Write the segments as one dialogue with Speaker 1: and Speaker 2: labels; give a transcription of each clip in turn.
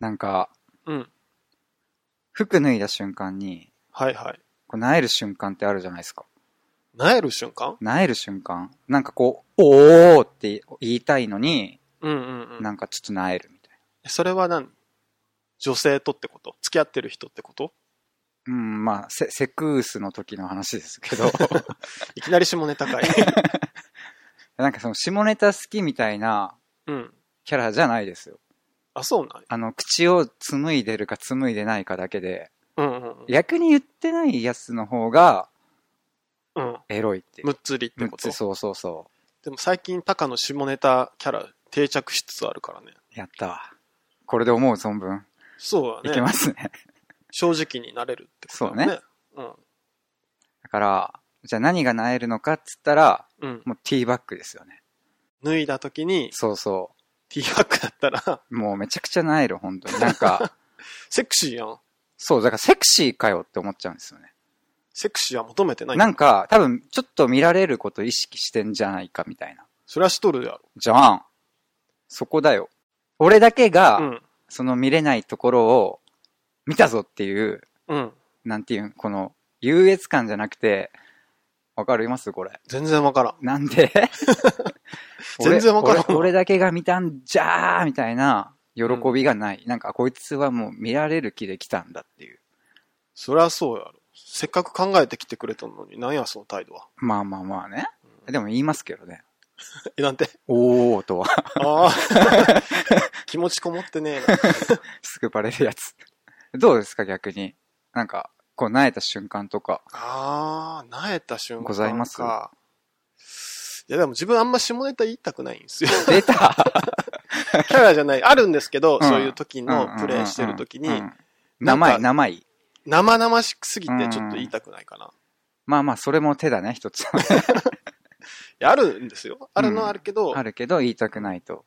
Speaker 1: なんか、
Speaker 2: うん。
Speaker 1: 服脱いだ瞬間に、
Speaker 2: はいはい。
Speaker 1: こう、なえる瞬間ってあるじゃないですか。
Speaker 2: なえる瞬間
Speaker 1: なえる瞬間なんかこう、おーって言いたいのに、
Speaker 2: うんうんうん。
Speaker 1: なんかちょっとなえるみたい
Speaker 2: それは何女性とってこと付き合ってる人ってこと
Speaker 1: な。うん、まあ、セセクウスの時の話ですけ ど、
Speaker 2: いきなり下ネタ かい。
Speaker 1: なんかその下ネタ好きみたいな
Speaker 2: うん。
Speaker 1: キャラじゃないですよ。
Speaker 2: あ、そうなんや
Speaker 1: あの、口を紡いでるか紡いでないかだけで、
Speaker 2: うんうん
Speaker 1: 逆に言ってないやつの方が
Speaker 2: うん。うん。
Speaker 1: エロいっていう。
Speaker 2: むっつりって
Speaker 1: む
Speaker 2: こ
Speaker 1: っ
Speaker 2: と
Speaker 1: つそうそうそ
Speaker 2: でも最近タカの下ネタキャラ定着しつつあるからね。
Speaker 1: う。やったわ。これで思う存分、
Speaker 2: そう
Speaker 1: い
Speaker 2: だ
Speaker 1: け
Speaker 2: ね。
Speaker 1: ますね。
Speaker 2: 正直になれるってことだもんね。うん。
Speaker 1: だから、じゃあ何がなえるのかっつったら、
Speaker 2: うん。
Speaker 1: もうティーバッグですよね。
Speaker 2: 脱いだ時に
Speaker 1: そうそ
Speaker 2: ティーバッグだったら
Speaker 1: う。もうめちゃくちゃなえる、本当に。なんか、
Speaker 2: セクシーやん。
Speaker 1: そう、だからセクシーかよって思っちゃうんですよね。
Speaker 2: セクシーは求めてない。
Speaker 1: なんか、多分、ちょっと見られること意識してんじゃないかみたいな。
Speaker 2: それはしとるやろ。
Speaker 1: じゃん。そこだよ。俺だけが、
Speaker 2: うん。
Speaker 1: その見れないところを見たぞっていう、
Speaker 2: うん。
Speaker 1: なんていうん、この優越感じゃなくて、わかりますこれ。
Speaker 2: 全然わからん。
Speaker 1: なん で
Speaker 2: 全然わからん
Speaker 1: 俺俺俺だけが見たんじゃーみたいな喜びがない。なんかこいつはもう見られる気で来たんだっていう。
Speaker 2: そりゃそうやろ。せっかく考えてきてくれたのに、なんやその態 度は。
Speaker 1: まあまあまあね。でも言いますけどね。
Speaker 2: え、なんて。
Speaker 1: おーとは
Speaker 2: ああ。気持ちこもってねえな。
Speaker 1: すぐバレるやつ。どうですか逆に。なんか、こう、なえた瞬間とか。
Speaker 2: ああ、なえた瞬間か。
Speaker 1: ございます
Speaker 2: いやでも自分あんま下ネタ言いたくないんですよ。
Speaker 1: 出た
Speaker 2: キャラじゃない。あるんですけど、
Speaker 1: うん
Speaker 2: そういう時のプレイしてる時
Speaker 1: うんうん
Speaker 2: に
Speaker 1: うんう、ん生
Speaker 2: なん
Speaker 1: い、
Speaker 2: か
Speaker 1: 生い。
Speaker 2: 生々しくすぎてちょっと言いたくないかな。い
Speaker 1: まあまあ、それも手だね、一つ。
Speaker 2: やあるんですよ。ある
Speaker 1: う
Speaker 2: の
Speaker 1: ん
Speaker 2: はあるけ ど、
Speaker 1: あるけど、言いたくないと。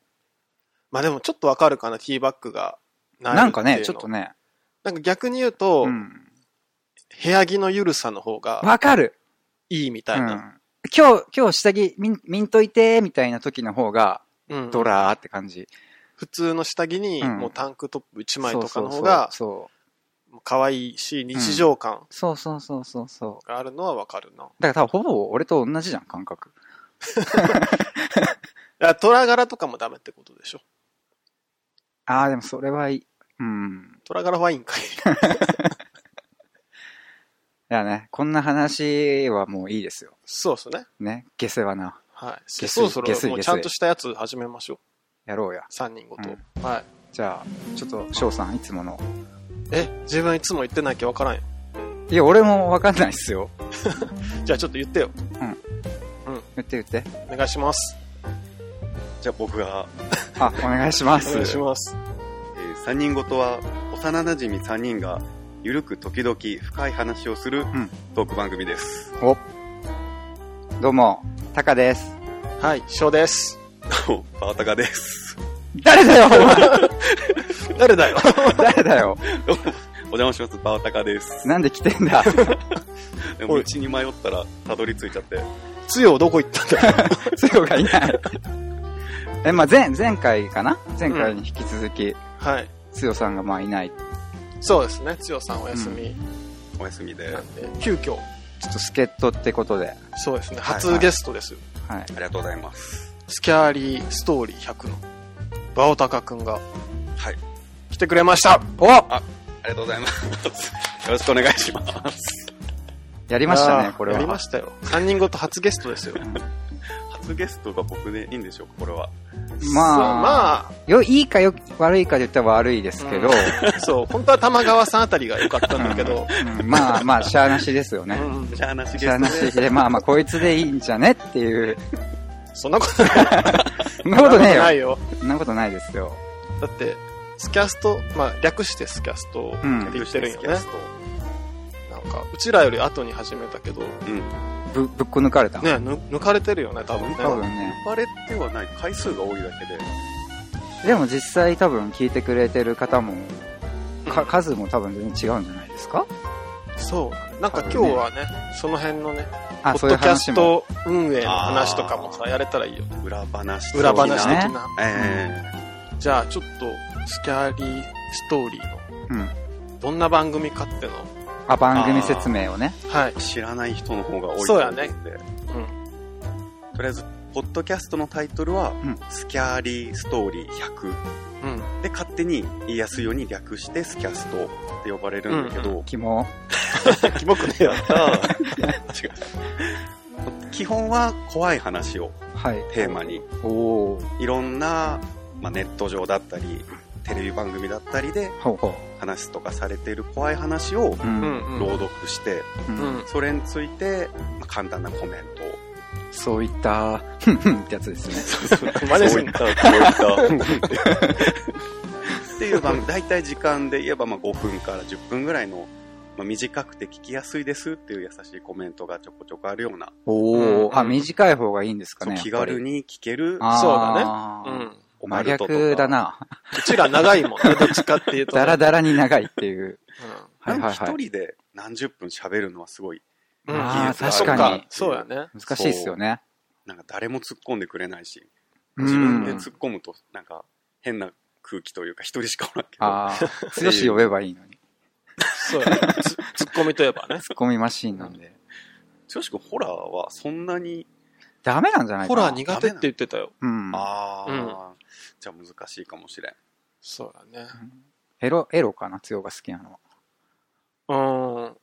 Speaker 2: まあでもちょっとわかるかな、ティーバッグがい
Speaker 1: なんか
Speaker 2: って
Speaker 1: ね、
Speaker 2: いう
Speaker 1: ちょ
Speaker 2: の
Speaker 1: っとね。
Speaker 2: なんか逆に言うと、
Speaker 1: うん。
Speaker 2: 部屋着のゆるさの方が
Speaker 1: わかる
Speaker 2: いいみ
Speaker 1: う
Speaker 2: たい
Speaker 1: ん
Speaker 2: な。。
Speaker 1: 今日、今日下着見ん、見んといて、みたいな時の方が、
Speaker 2: うん
Speaker 1: ドラーって感じ。
Speaker 2: 普通の下着に、
Speaker 1: うん
Speaker 2: もうタンクトップ1枚とかの方が、
Speaker 1: そう
Speaker 2: 可愛いし、日常感
Speaker 1: そうそうそうそうそうそうそう。
Speaker 2: があるのはわかるな。
Speaker 1: だから多分ほぼ俺と同じじゃん、感覚。
Speaker 2: いや、虎柄とかもダメってことでしょ。
Speaker 1: ああ、でもそれはいい。うん。
Speaker 2: 虎柄はい いんかい。
Speaker 1: いやね、こんな話はもういいですよ。
Speaker 2: そうですね。
Speaker 1: ね。下世話な。
Speaker 2: はい。
Speaker 1: 下水
Speaker 2: そろそ
Speaker 1: 下水
Speaker 2: ろ、もう
Speaker 1: 下水
Speaker 2: ちゃんとしたやつ始めましょ
Speaker 1: やろうや
Speaker 2: う。。3人ごと。
Speaker 1: うん
Speaker 2: はい。
Speaker 1: じゃあ、ちょっと、翔さん、いつもの。
Speaker 2: え、自分いつも言ってないけわからんよ。
Speaker 1: いや、俺もわかんないっすよ。
Speaker 2: じゃあちょっと言ってよ。
Speaker 1: 言って言って。
Speaker 2: お願いします。じゃあ僕が。
Speaker 1: あ、お願いしま
Speaker 2: お
Speaker 1: す。
Speaker 2: 願いします。
Speaker 3: えー、3人ごとは幼馴染3人がゆるく時々深い話をする
Speaker 1: ん
Speaker 3: トーク番組です、
Speaker 1: お。どうも、タカです。
Speaker 2: はい、翔です。
Speaker 3: おバータカです
Speaker 1: 誰だよ
Speaker 2: 誰だよ。
Speaker 1: お前 誰だよ
Speaker 3: どうもお邪魔しますバータカです
Speaker 1: なんで来てんだ
Speaker 3: で
Speaker 2: お
Speaker 3: も
Speaker 2: い
Speaker 3: 道に迷ったらたどり着いちゃって
Speaker 2: つよどこ行ったん だよ。
Speaker 1: つよがい ない。え、まあ、前、前回かな前回に引き続き、
Speaker 2: はい。
Speaker 1: つよさんがまあいない。ち
Speaker 2: そうですね。つよさんお休み
Speaker 3: お休みで
Speaker 2: な
Speaker 3: あ
Speaker 2: んで、急遽。
Speaker 1: ょっと助っ人ってことで。
Speaker 2: そうですね。
Speaker 1: はい
Speaker 2: 初ゲストですよ。
Speaker 1: はい。
Speaker 3: りがとうございます
Speaker 2: スキャーリーストーリー100の、バオタカくんが
Speaker 3: はい
Speaker 2: 来てくれました。
Speaker 1: お
Speaker 3: ありがとうございますよろしくお願いします
Speaker 1: やりました
Speaker 2: いや
Speaker 1: ね、
Speaker 2: ー
Speaker 1: これ
Speaker 2: やりま
Speaker 1: は。
Speaker 2: したよ。3人ごと初ゲストですよ。
Speaker 3: 初ゲストが僕でいいんでしょうかこれは
Speaker 2: そう
Speaker 1: まあ、よ、いいかよ、悪いかで言ったら悪いですけど、
Speaker 2: まあ、そう、本当は玉川さんあたりが良かったんだけど、
Speaker 1: うんまあまあ、しゃーなしですよね。
Speaker 2: うん
Speaker 3: じゃあなしゲ
Speaker 1: しゃーな
Speaker 3: スト
Speaker 1: し
Speaker 3: で
Speaker 1: で、まあまあ、こいつでいいんじゃねっていう。
Speaker 2: そんなことない。
Speaker 1: そんなことねえよ
Speaker 2: な。いよ。
Speaker 1: そんなことないですよ。
Speaker 2: だって、スキャスト、まあ、略してスキャストっ
Speaker 1: う
Speaker 2: て
Speaker 1: ん
Speaker 2: 言ってるんよね。
Speaker 3: 略してス
Speaker 2: なんか、うちらより後に始めたけど、ね、
Speaker 1: ぶ、ぶっこ抜かれた。
Speaker 2: ぬ抜かれてるよね、多分ね。
Speaker 1: 多分ね。
Speaker 3: バレてはない回数が多いだけで
Speaker 1: でも実際多分聞いてくれてる方も、か、数も多分全然違うんじゃないですか
Speaker 2: そう。なんか今日はね、その辺のね、
Speaker 1: あ、
Speaker 2: ポ
Speaker 1: そ
Speaker 2: ッ
Speaker 1: ういう
Speaker 2: ドキャス
Speaker 1: 話も。
Speaker 2: ト運営の話とかもさ、やれたらいいよね。
Speaker 3: 裏話的な
Speaker 2: 裏話的
Speaker 1: ね
Speaker 2: な。
Speaker 3: ええ
Speaker 2: じゃあちょっとスキャーリーストーリー
Speaker 1: うん。
Speaker 2: のどんな番組かっての
Speaker 1: あ、番組説明をね。
Speaker 2: はい
Speaker 3: 知らない人の方が多いと
Speaker 2: そう
Speaker 3: 思
Speaker 2: や
Speaker 3: うんで
Speaker 2: ねうん
Speaker 3: とりあえずポッドキャストのタイトルは、
Speaker 1: ん
Speaker 3: スキャーリーストーリー100
Speaker 2: うん
Speaker 3: で勝手に言いやすいように略してスキャストって呼ばれるんだけど、
Speaker 2: うん
Speaker 1: キモ。
Speaker 3: キモくねえやった 違う基本は怖い話を
Speaker 1: はい。
Speaker 3: テーマに
Speaker 1: おおー。
Speaker 3: いろんな、まあ、ネット上だったりテレビ番組だったりで
Speaker 1: ほうほ
Speaker 3: 話とかされている怖い話を
Speaker 1: う。う。
Speaker 2: うんんうん
Speaker 3: 朗読して、
Speaker 2: うん
Speaker 3: それについて、まあ簡単なコメントを
Speaker 1: そういった、ふんふんってやつですね。
Speaker 2: 真似すんな
Speaker 3: そういったそういったっていう 番組大体時間で言えばまあ5分から10分ぐらいの、まあ、短くて聞きやすいですっていう優しいコメントがちょこちょこあるような、
Speaker 1: お
Speaker 2: うん
Speaker 1: お。あ、短い方がいいんですか
Speaker 3: そう
Speaker 1: ね。
Speaker 3: 気軽
Speaker 1: に。
Speaker 3: に聞ける
Speaker 1: あ
Speaker 2: う
Speaker 1: ー。
Speaker 2: ん
Speaker 3: オカ
Speaker 1: 真
Speaker 3: ルトとか
Speaker 1: 逆だな。
Speaker 2: うちら長いもんねどっちかっていうと
Speaker 1: だらだらに長いっていう。
Speaker 3: な
Speaker 1: はい
Speaker 3: んか
Speaker 1: はい
Speaker 3: 一
Speaker 1: はい。
Speaker 3: 人で何十分喋るのはすごい
Speaker 2: うん
Speaker 1: あー
Speaker 3: 技術
Speaker 1: 確か
Speaker 3: が
Speaker 1: に
Speaker 3: ある
Speaker 2: そうかそうやね
Speaker 1: 難しいですよね。
Speaker 3: なんか誰も突っ込んでくれないし
Speaker 1: うん
Speaker 3: 自分で突っ込むとなんか変な空気というか一人しかおらんけど
Speaker 1: ああ。強し呼べばいいのに。
Speaker 2: そうやねツ ツッコミといえばね
Speaker 1: ツッコミマシーンなんで。
Speaker 3: 剛君ホラーはそんなに
Speaker 1: ダメなんじゃないか
Speaker 2: ホ
Speaker 1: な
Speaker 2: ラー苦手って言ってたよ
Speaker 1: うん。
Speaker 3: ああ、じゃあ難しいかもしれん
Speaker 2: そうだね
Speaker 1: エロ、エロかな、強が好きなのは。
Speaker 2: うん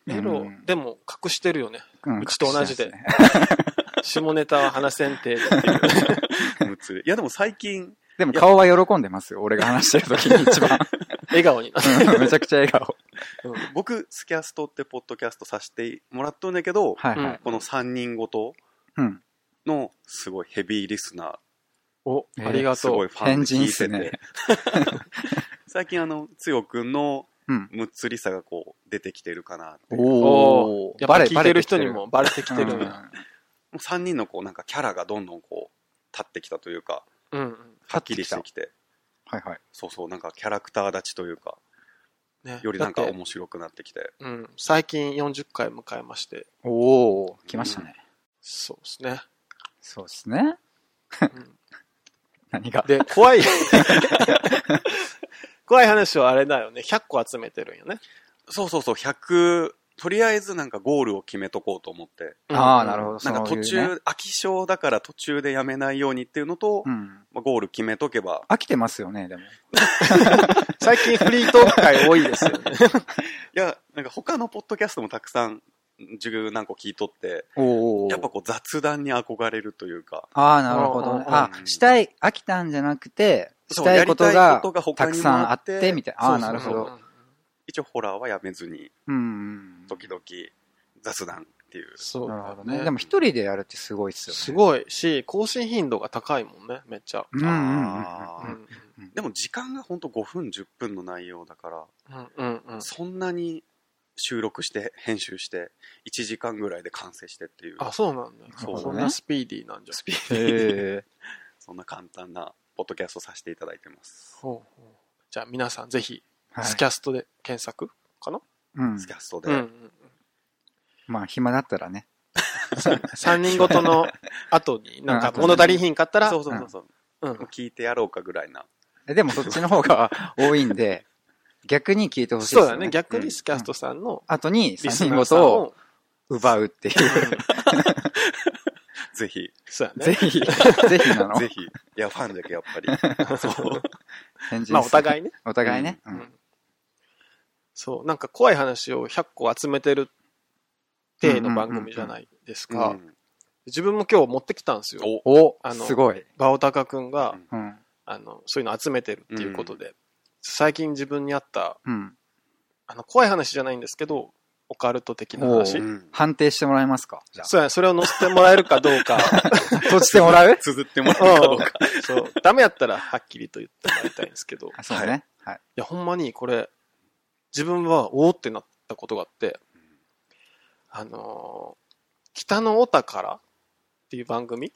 Speaker 2: エロ
Speaker 1: うん
Speaker 2: でも隠してるよね
Speaker 1: うん
Speaker 2: うちと同じで
Speaker 1: 隠して
Speaker 2: 下ネタは話せんて
Speaker 3: むつれいやでも最近
Speaker 1: ますねでも顔は喜んでますよ。俺が話してる時に一番。
Speaker 2: 笑顔になる
Speaker 1: うんめちゃくちゃ笑顔。
Speaker 3: 僕スキャストってポッドキャストさせてもらっとるんだけど、
Speaker 1: はいはい。
Speaker 3: この3人ごと
Speaker 1: うん。
Speaker 3: のすごいヘビーリスナ
Speaker 2: お
Speaker 1: えー
Speaker 2: あり
Speaker 3: ー
Speaker 2: が
Speaker 3: す
Speaker 2: と
Speaker 3: ごいうファン
Speaker 1: 変
Speaker 3: で聞
Speaker 1: 人
Speaker 3: い
Speaker 1: ってす
Speaker 3: て、
Speaker 1: ね。
Speaker 3: 最近あの剛くんの
Speaker 1: うん
Speaker 3: むっつりさがこう出てきてるかなっていうも
Speaker 1: お
Speaker 2: やっぱ聞いてる人にもバレてき
Speaker 1: 来
Speaker 2: てるんや
Speaker 3: う3人のこうなんかキャラがどんどんこう立ってきたというか
Speaker 2: うんうん
Speaker 3: はっきりしてきて
Speaker 1: はいはい。
Speaker 3: そうそうなんかキャラクター立ちというか
Speaker 2: ね
Speaker 3: よりなんか
Speaker 2: だって
Speaker 3: 面白くなってきて
Speaker 2: うん、最近40回迎えまして、
Speaker 1: おお来ましたね。
Speaker 2: そうですね。
Speaker 1: そうですね。
Speaker 2: うん
Speaker 1: 何が。
Speaker 2: で、怖い、 怖い話はあれだよね、100個集めてるんよね。
Speaker 3: そうそうそう100とりあえずなんかゴールを決めとこうと思って
Speaker 1: ああ、なるほ
Speaker 2: ど。
Speaker 1: ど。
Speaker 3: なんか
Speaker 1: そういう
Speaker 3: 途
Speaker 1: ね
Speaker 3: 中、飽き性だから途中でやめないようにっていうのと、
Speaker 1: うん。
Speaker 3: まあ、ゴール決めとけば、
Speaker 1: 飽きてますよね、 でも。
Speaker 2: 最近フリートーク会多いですよね。
Speaker 3: いや、なんか他のポッドキャストもたくさん、十何個聞いとって、
Speaker 1: お
Speaker 3: やっぱこう雑談に憧れるというか、
Speaker 1: ああ、なるほどね。
Speaker 2: うんうん
Speaker 1: あ、したい、飽きたんじゃなくて、し
Speaker 3: そう
Speaker 1: たいこと
Speaker 3: やり
Speaker 1: が
Speaker 3: いこと
Speaker 1: た
Speaker 3: 他
Speaker 1: く
Speaker 3: にも
Speaker 1: さんあって、みたいな。ああ、
Speaker 3: そう
Speaker 1: な
Speaker 3: そう
Speaker 1: る
Speaker 3: そ
Speaker 1: ほ
Speaker 3: う
Speaker 1: ど。
Speaker 3: 一応ホラーはやめずに、
Speaker 1: うんうん。
Speaker 3: 時々雑談っていう。
Speaker 2: そう
Speaker 1: なる
Speaker 2: だ
Speaker 1: ほ
Speaker 2: よ
Speaker 1: ど
Speaker 2: ね。
Speaker 1: ね。でも一人でやるってすごいっすよね。
Speaker 2: すごいし、更新頻度が高いもんね、めっちゃ。
Speaker 1: うんうんうん。
Speaker 2: う
Speaker 3: あー
Speaker 2: ん
Speaker 3: でも時間がほんと5分、10分の内容だから、
Speaker 2: うんうんうん。
Speaker 3: そんなに収録して、編集して、1時間ぐらいで完成してっていう、
Speaker 2: あ、そうなんだ。
Speaker 3: そう
Speaker 2: そんなスピーディーなんじゃ。スピー
Speaker 1: へえ。
Speaker 3: そんな簡単なポッドキャストさせていただいてます。
Speaker 2: ほうほうじゃあ皆さんぜひ、
Speaker 1: はい
Speaker 2: スキャストで検索かな
Speaker 1: うん
Speaker 3: スキ。ャストで。
Speaker 2: うん うん。
Speaker 1: まあ、暇だったらね。
Speaker 2: 3人ごとの後に、なんか物足りひんかったら、
Speaker 3: そうそうそうそう。
Speaker 2: うん
Speaker 3: もう聞いてやろうかぐらいな。
Speaker 1: えでもそっちの方が多いんで、逆に聞いてほしい
Speaker 2: そ
Speaker 1: で
Speaker 2: う
Speaker 1: すよ
Speaker 2: だ
Speaker 1: ね。
Speaker 2: ね。逆にスキャストさん
Speaker 1: う
Speaker 2: の
Speaker 1: ん。後に
Speaker 2: リ
Speaker 1: 3
Speaker 2: ス
Speaker 1: 人
Speaker 2: ナー
Speaker 1: ご
Speaker 2: さん
Speaker 1: とを
Speaker 2: を、
Speaker 1: 奪うっていう。
Speaker 2: うん
Speaker 3: ぜひ、
Speaker 2: そうや
Speaker 1: ぜ
Speaker 2: ね。
Speaker 1: ひ、ぜひなの
Speaker 3: ぜひ。いや、ファンだけやっ ぱり。そう。
Speaker 1: 返事
Speaker 2: まあお互
Speaker 1: い。
Speaker 2: いね。
Speaker 1: お互いね。う
Speaker 2: うんんそう、なんか怖い話を100個集めてる体の番組じゃないです
Speaker 3: う
Speaker 2: か。
Speaker 3: ん
Speaker 2: 自分も今日持ってきたんですよ。
Speaker 1: お
Speaker 2: あの
Speaker 1: すごい。
Speaker 2: バオタカ君が、
Speaker 3: うん
Speaker 1: うん。
Speaker 2: あの、そういうの集めてるっていうことで、最近自分にあった、
Speaker 1: うん。
Speaker 2: あの、怖い話じゃないんですけど、オカルト的な話
Speaker 1: お。
Speaker 3: うん
Speaker 1: 判定してもらえますかじゃあ。
Speaker 2: そうや、それを載せてもらえるかどうか。
Speaker 1: 閉じてもら う
Speaker 3: 綴ってもらうかどうか。
Speaker 2: うんそう。ダメやったらはっきりと言ってもらいたいんですけど。い
Speaker 1: あそうね。はい。
Speaker 2: や、ほんまにこれ、自分は、おおってなったことがあって、あのー北のオタからっていう番組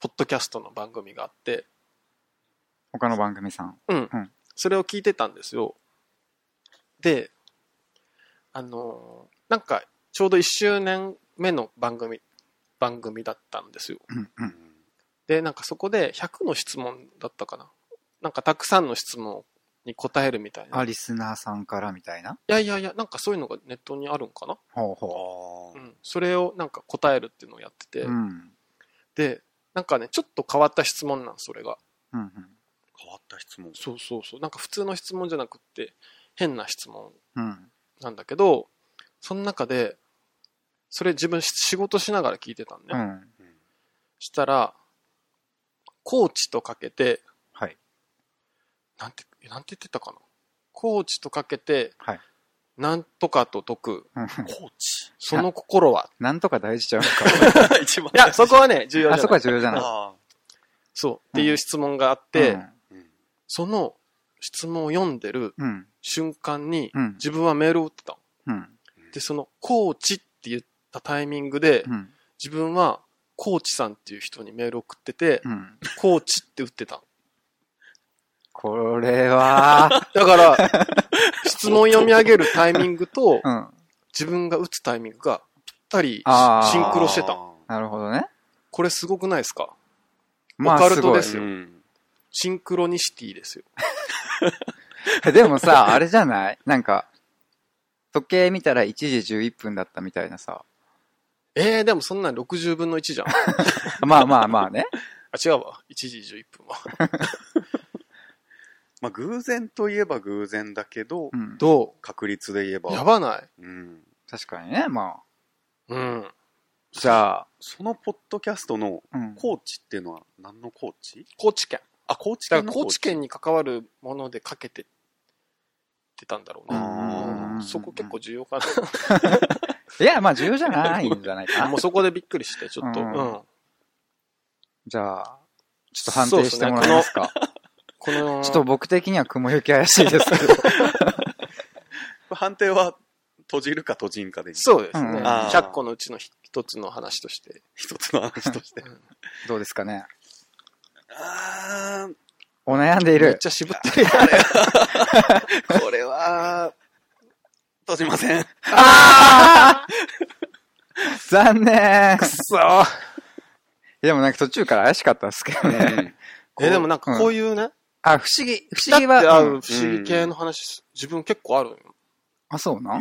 Speaker 2: ポッドキャストの番組があって、
Speaker 1: 他の番組さん。
Speaker 2: うん。
Speaker 1: うん
Speaker 2: それを聞いてたんですよ。で、あのーなんか、ちょうど1周年目の番組、番組だったんですよ。
Speaker 1: うんうん。
Speaker 2: で、なんかそこで100の質問だったかな。なんかたくさんの質問に答えるみたいな。
Speaker 1: あ、
Speaker 2: い
Speaker 1: リスナーさんからみたいな。
Speaker 2: やいやいや、なんかそういうのがネットにあるんかな。
Speaker 1: ほう
Speaker 3: あ
Speaker 1: ほ
Speaker 2: う
Speaker 3: ー
Speaker 2: ん。それをなんか答えるっていうのをやってて、
Speaker 1: う。うん。
Speaker 2: で、なんかね、ちょっと変わった質問なん、それが。
Speaker 1: うんうん。
Speaker 3: 変わった質問。
Speaker 2: そうそうそう。なんか普通の質問じゃなくって、変な質問
Speaker 1: うん。
Speaker 2: なんだけど、その中で、それ自分し仕事しながら聞いてたんね。
Speaker 1: うん。
Speaker 3: うん
Speaker 2: したら、コーチとかけて、
Speaker 1: はい。
Speaker 2: なんて、えなんて言ってたかな。コーチとかけて、
Speaker 1: はい
Speaker 2: なんとかと解く、
Speaker 1: うん
Speaker 3: コーチ
Speaker 2: その心は。
Speaker 1: なんとか大事ちゃう のか。
Speaker 3: 一番
Speaker 2: いや、そこはね、重要じゃな
Speaker 1: あ
Speaker 2: い。
Speaker 1: そこは重要じゃない。
Speaker 3: あ
Speaker 2: そう。っていう質問があって、
Speaker 3: ーうん
Speaker 2: その質問を読んでる
Speaker 1: うん、うん。
Speaker 2: 瞬間に、
Speaker 1: うん。
Speaker 2: 自分はメールを打ってたの。
Speaker 1: うん。
Speaker 2: で、その、コーチって言ったタイミングで、
Speaker 1: うん。
Speaker 2: 自分は、コーチさんっていう人にメールを送ってて、
Speaker 1: うん。
Speaker 2: コーチって打ってたの。
Speaker 1: これは、
Speaker 2: だから、質問読み上げるタイミングと
Speaker 1: う、ん。
Speaker 2: 自分が打つタイミングがぴったり
Speaker 1: あー
Speaker 2: シンクロしてた。
Speaker 3: あ
Speaker 1: なるほどね。
Speaker 2: これすごくないですか
Speaker 1: ま
Speaker 2: オ
Speaker 1: あ、
Speaker 2: カ
Speaker 1: す
Speaker 2: ルト
Speaker 1: ごい
Speaker 2: で
Speaker 3: ー
Speaker 2: すよ
Speaker 3: うん
Speaker 2: シンクロニシティですよ。
Speaker 1: でもさ、あれじゃないなんか、時計見たら1時11分だったみたいなさ。
Speaker 2: えー、でもそんなん60分の1じゃん。あ、
Speaker 1: まあまあまあね。
Speaker 2: 違うわ。1時11分は。
Speaker 3: まあ、偶然といえば偶然だけど
Speaker 1: う、ん。
Speaker 2: ど
Speaker 3: 確率で言えば
Speaker 2: う、やばない
Speaker 3: うん
Speaker 1: 確かにね、まあ。
Speaker 2: うん。
Speaker 1: じゃあ、
Speaker 3: そのポッドキャストの
Speaker 1: うん。
Speaker 3: コーチっていうのは何のコーチ
Speaker 2: 高知県。
Speaker 3: あ、コーチ
Speaker 2: だ
Speaker 3: 県
Speaker 2: から
Speaker 3: の
Speaker 2: 高知県に関わるものでかけてってたんだろうね。
Speaker 3: あー
Speaker 2: そこ結構重要か
Speaker 1: いや、まあ重要じゃないんじゃないか
Speaker 2: な。
Speaker 1: な
Speaker 2: もう。そこでびっくりして、ちょっと。
Speaker 1: う
Speaker 2: うんん。
Speaker 1: じゃあ、ちょっと判定してもらえますか。
Speaker 2: この、
Speaker 1: ちょっと僕的には雲行き怪しいですけど。
Speaker 3: 判定は閉じるか閉じんかでいい
Speaker 2: そうですね。
Speaker 1: うん
Speaker 3: あー
Speaker 2: 100個のうちの一つの話として。
Speaker 3: 一つの話として。
Speaker 1: どうですかね。
Speaker 3: あー
Speaker 1: お悩んでい
Speaker 2: めっ
Speaker 1: る。
Speaker 2: ちゃ渋ってる。
Speaker 3: これは、閉じません。
Speaker 1: ああ残念。
Speaker 2: そう。
Speaker 1: でもなんか途中から怪しかったですけどね。
Speaker 2: え、でもなんかこういうね、
Speaker 1: あ、不思議、不
Speaker 2: だ
Speaker 1: 思議
Speaker 2: って合
Speaker 1: は、
Speaker 2: う
Speaker 1: うん
Speaker 2: 不思議系の話、自分結構あるんよ
Speaker 1: あ、そうな。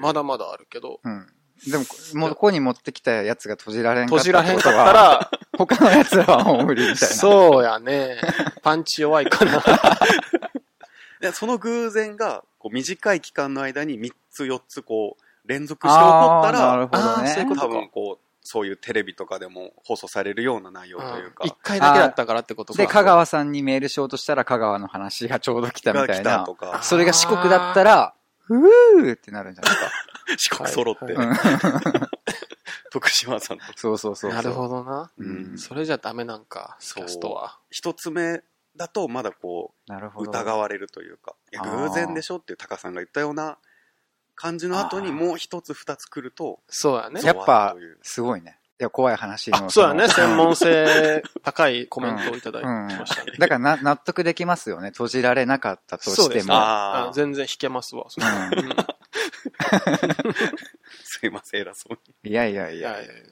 Speaker 2: ま
Speaker 3: だ、
Speaker 2: だまだあるけど、
Speaker 1: うん。でも、こもうここに持ってきたやつが閉じられんか
Speaker 2: 閉
Speaker 1: ったって
Speaker 2: じらへん
Speaker 1: こ
Speaker 2: かっ
Speaker 1: と
Speaker 2: た
Speaker 1: は。
Speaker 2: ら、
Speaker 1: 他のやつらはもう無理みたいな。
Speaker 2: そうやね。パンチ弱いかな。
Speaker 3: でその偶然が、こう短い期間の間に3つ4つこう、連続して起こった
Speaker 1: あーなる
Speaker 3: ら、
Speaker 1: ほどね。
Speaker 2: あーそういうこ
Speaker 3: 多分こう、そういうテレビとかでも放送されるような内容というか、
Speaker 2: 一回だけだったからってことか。
Speaker 1: で、香川さんにメールしようとしたら香川の話がちょうど来たみ
Speaker 3: が
Speaker 1: たい
Speaker 3: 来た
Speaker 1: な
Speaker 3: と。か、
Speaker 1: それが四国だったら、ふーってなるんじゃないですか。
Speaker 3: 四国揃って、
Speaker 2: は
Speaker 3: 徳島さんと。
Speaker 1: そうそうそうそう。
Speaker 2: なるほどな。
Speaker 3: うん
Speaker 2: それじゃダメなんか、キ
Speaker 3: そう
Speaker 2: ャストは。
Speaker 3: 一つ目だとまだこ
Speaker 1: なる
Speaker 3: う、
Speaker 1: ほど。
Speaker 3: 疑われるというか、いや
Speaker 1: あー
Speaker 3: 偶然でしょっていうタカさんが言ったような感じの後に
Speaker 1: あー
Speaker 3: もう一つ二つ来ると、
Speaker 2: そうやね。
Speaker 1: やっぱ
Speaker 3: そういう、
Speaker 1: すごいね。いや、怖い話の。
Speaker 2: あ、そうやね。
Speaker 1: その
Speaker 2: 専門性高いコメントをいただき
Speaker 1: うん
Speaker 2: ましたね。
Speaker 1: だからな、納得できますよね。閉じられなかったと
Speaker 2: そう
Speaker 1: し
Speaker 2: で
Speaker 1: て
Speaker 2: す
Speaker 1: も。
Speaker 2: ね。
Speaker 1: あ
Speaker 2: あ
Speaker 3: あー
Speaker 2: 全然弾けますわ。それ
Speaker 1: う
Speaker 2: うん
Speaker 3: すいません、偉そうに。
Speaker 1: いやいやい
Speaker 2: いや
Speaker 1: や。
Speaker 2: いやいや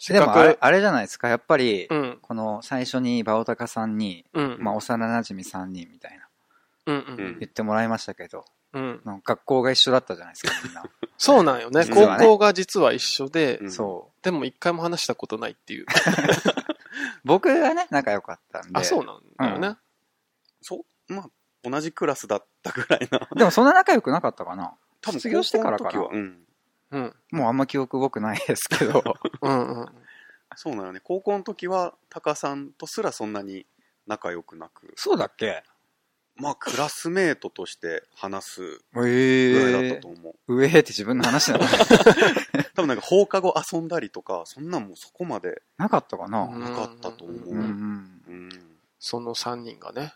Speaker 2: せっ
Speaker 1: で
Speaker 2: か
Speaker 1: もあれ
Speaker 2: く、
Speaker 1: あれじゃないですか。やっぱり、
Speaker 2: うん、
Speaker 1: この最初にバオタカさんに、
Speaker 2: うん、
Speaker 1: まあ、幼馴染3人みたいな、
Speaker 2: うん、
Speaker 3: ん
Speaker 1: 言ってもらいましたけど、
Speaker 2: うん、うん。
Speaker 1: なんか学校が一緒だったじゃないですか、みんな。
Speaker 2: そうなんよね。
Speaker 3: 実
Speaker 2: 高
Speaker 1: はね
Speaker 2: 校が実は一緒で、
Speaker 3: うん
Speaker 1: そ
Speaker 2: でも一回も話したことないっていう。
Speaker 1: う。僕がね、仲良かったんで。
Speaker 2: あ、そうなんだよね。
Speaker 3: そう、まあ、同じクラスだったぐらいな。
Speaker 1: でもそんな仲良くなかったかな。
Speaker 3: 多 分
Speaker 1: 卒業してからかな
Speaker 3: 高校の時はうん。
Speaker 2: うん、
Speaker 1: もうあんま記憶僕ないですけ ど。
Speaker 2: うん、うん。
Speaker 3: そうなのね。高校の時は、タカさんとすらそんなに仲良くなく、
Speaker 1: そうだっけ
Speaker 3: まあ、クラスメートとして話す
Speaker 1: ええ
Speaker 3: ぐらいだったと思う。
Speaker 1: うえーって自分の話なの
Speaker 3: 多分なんか放課後遊んだりとか、そんなんもうそこまで。
Speaker 1: なかったかな、
Speaker 2: うん
Speaker 3: なかったと思う
Speaker 1: うん、うん。
Speaker 3: うん。
Speaker 2: その三人がね、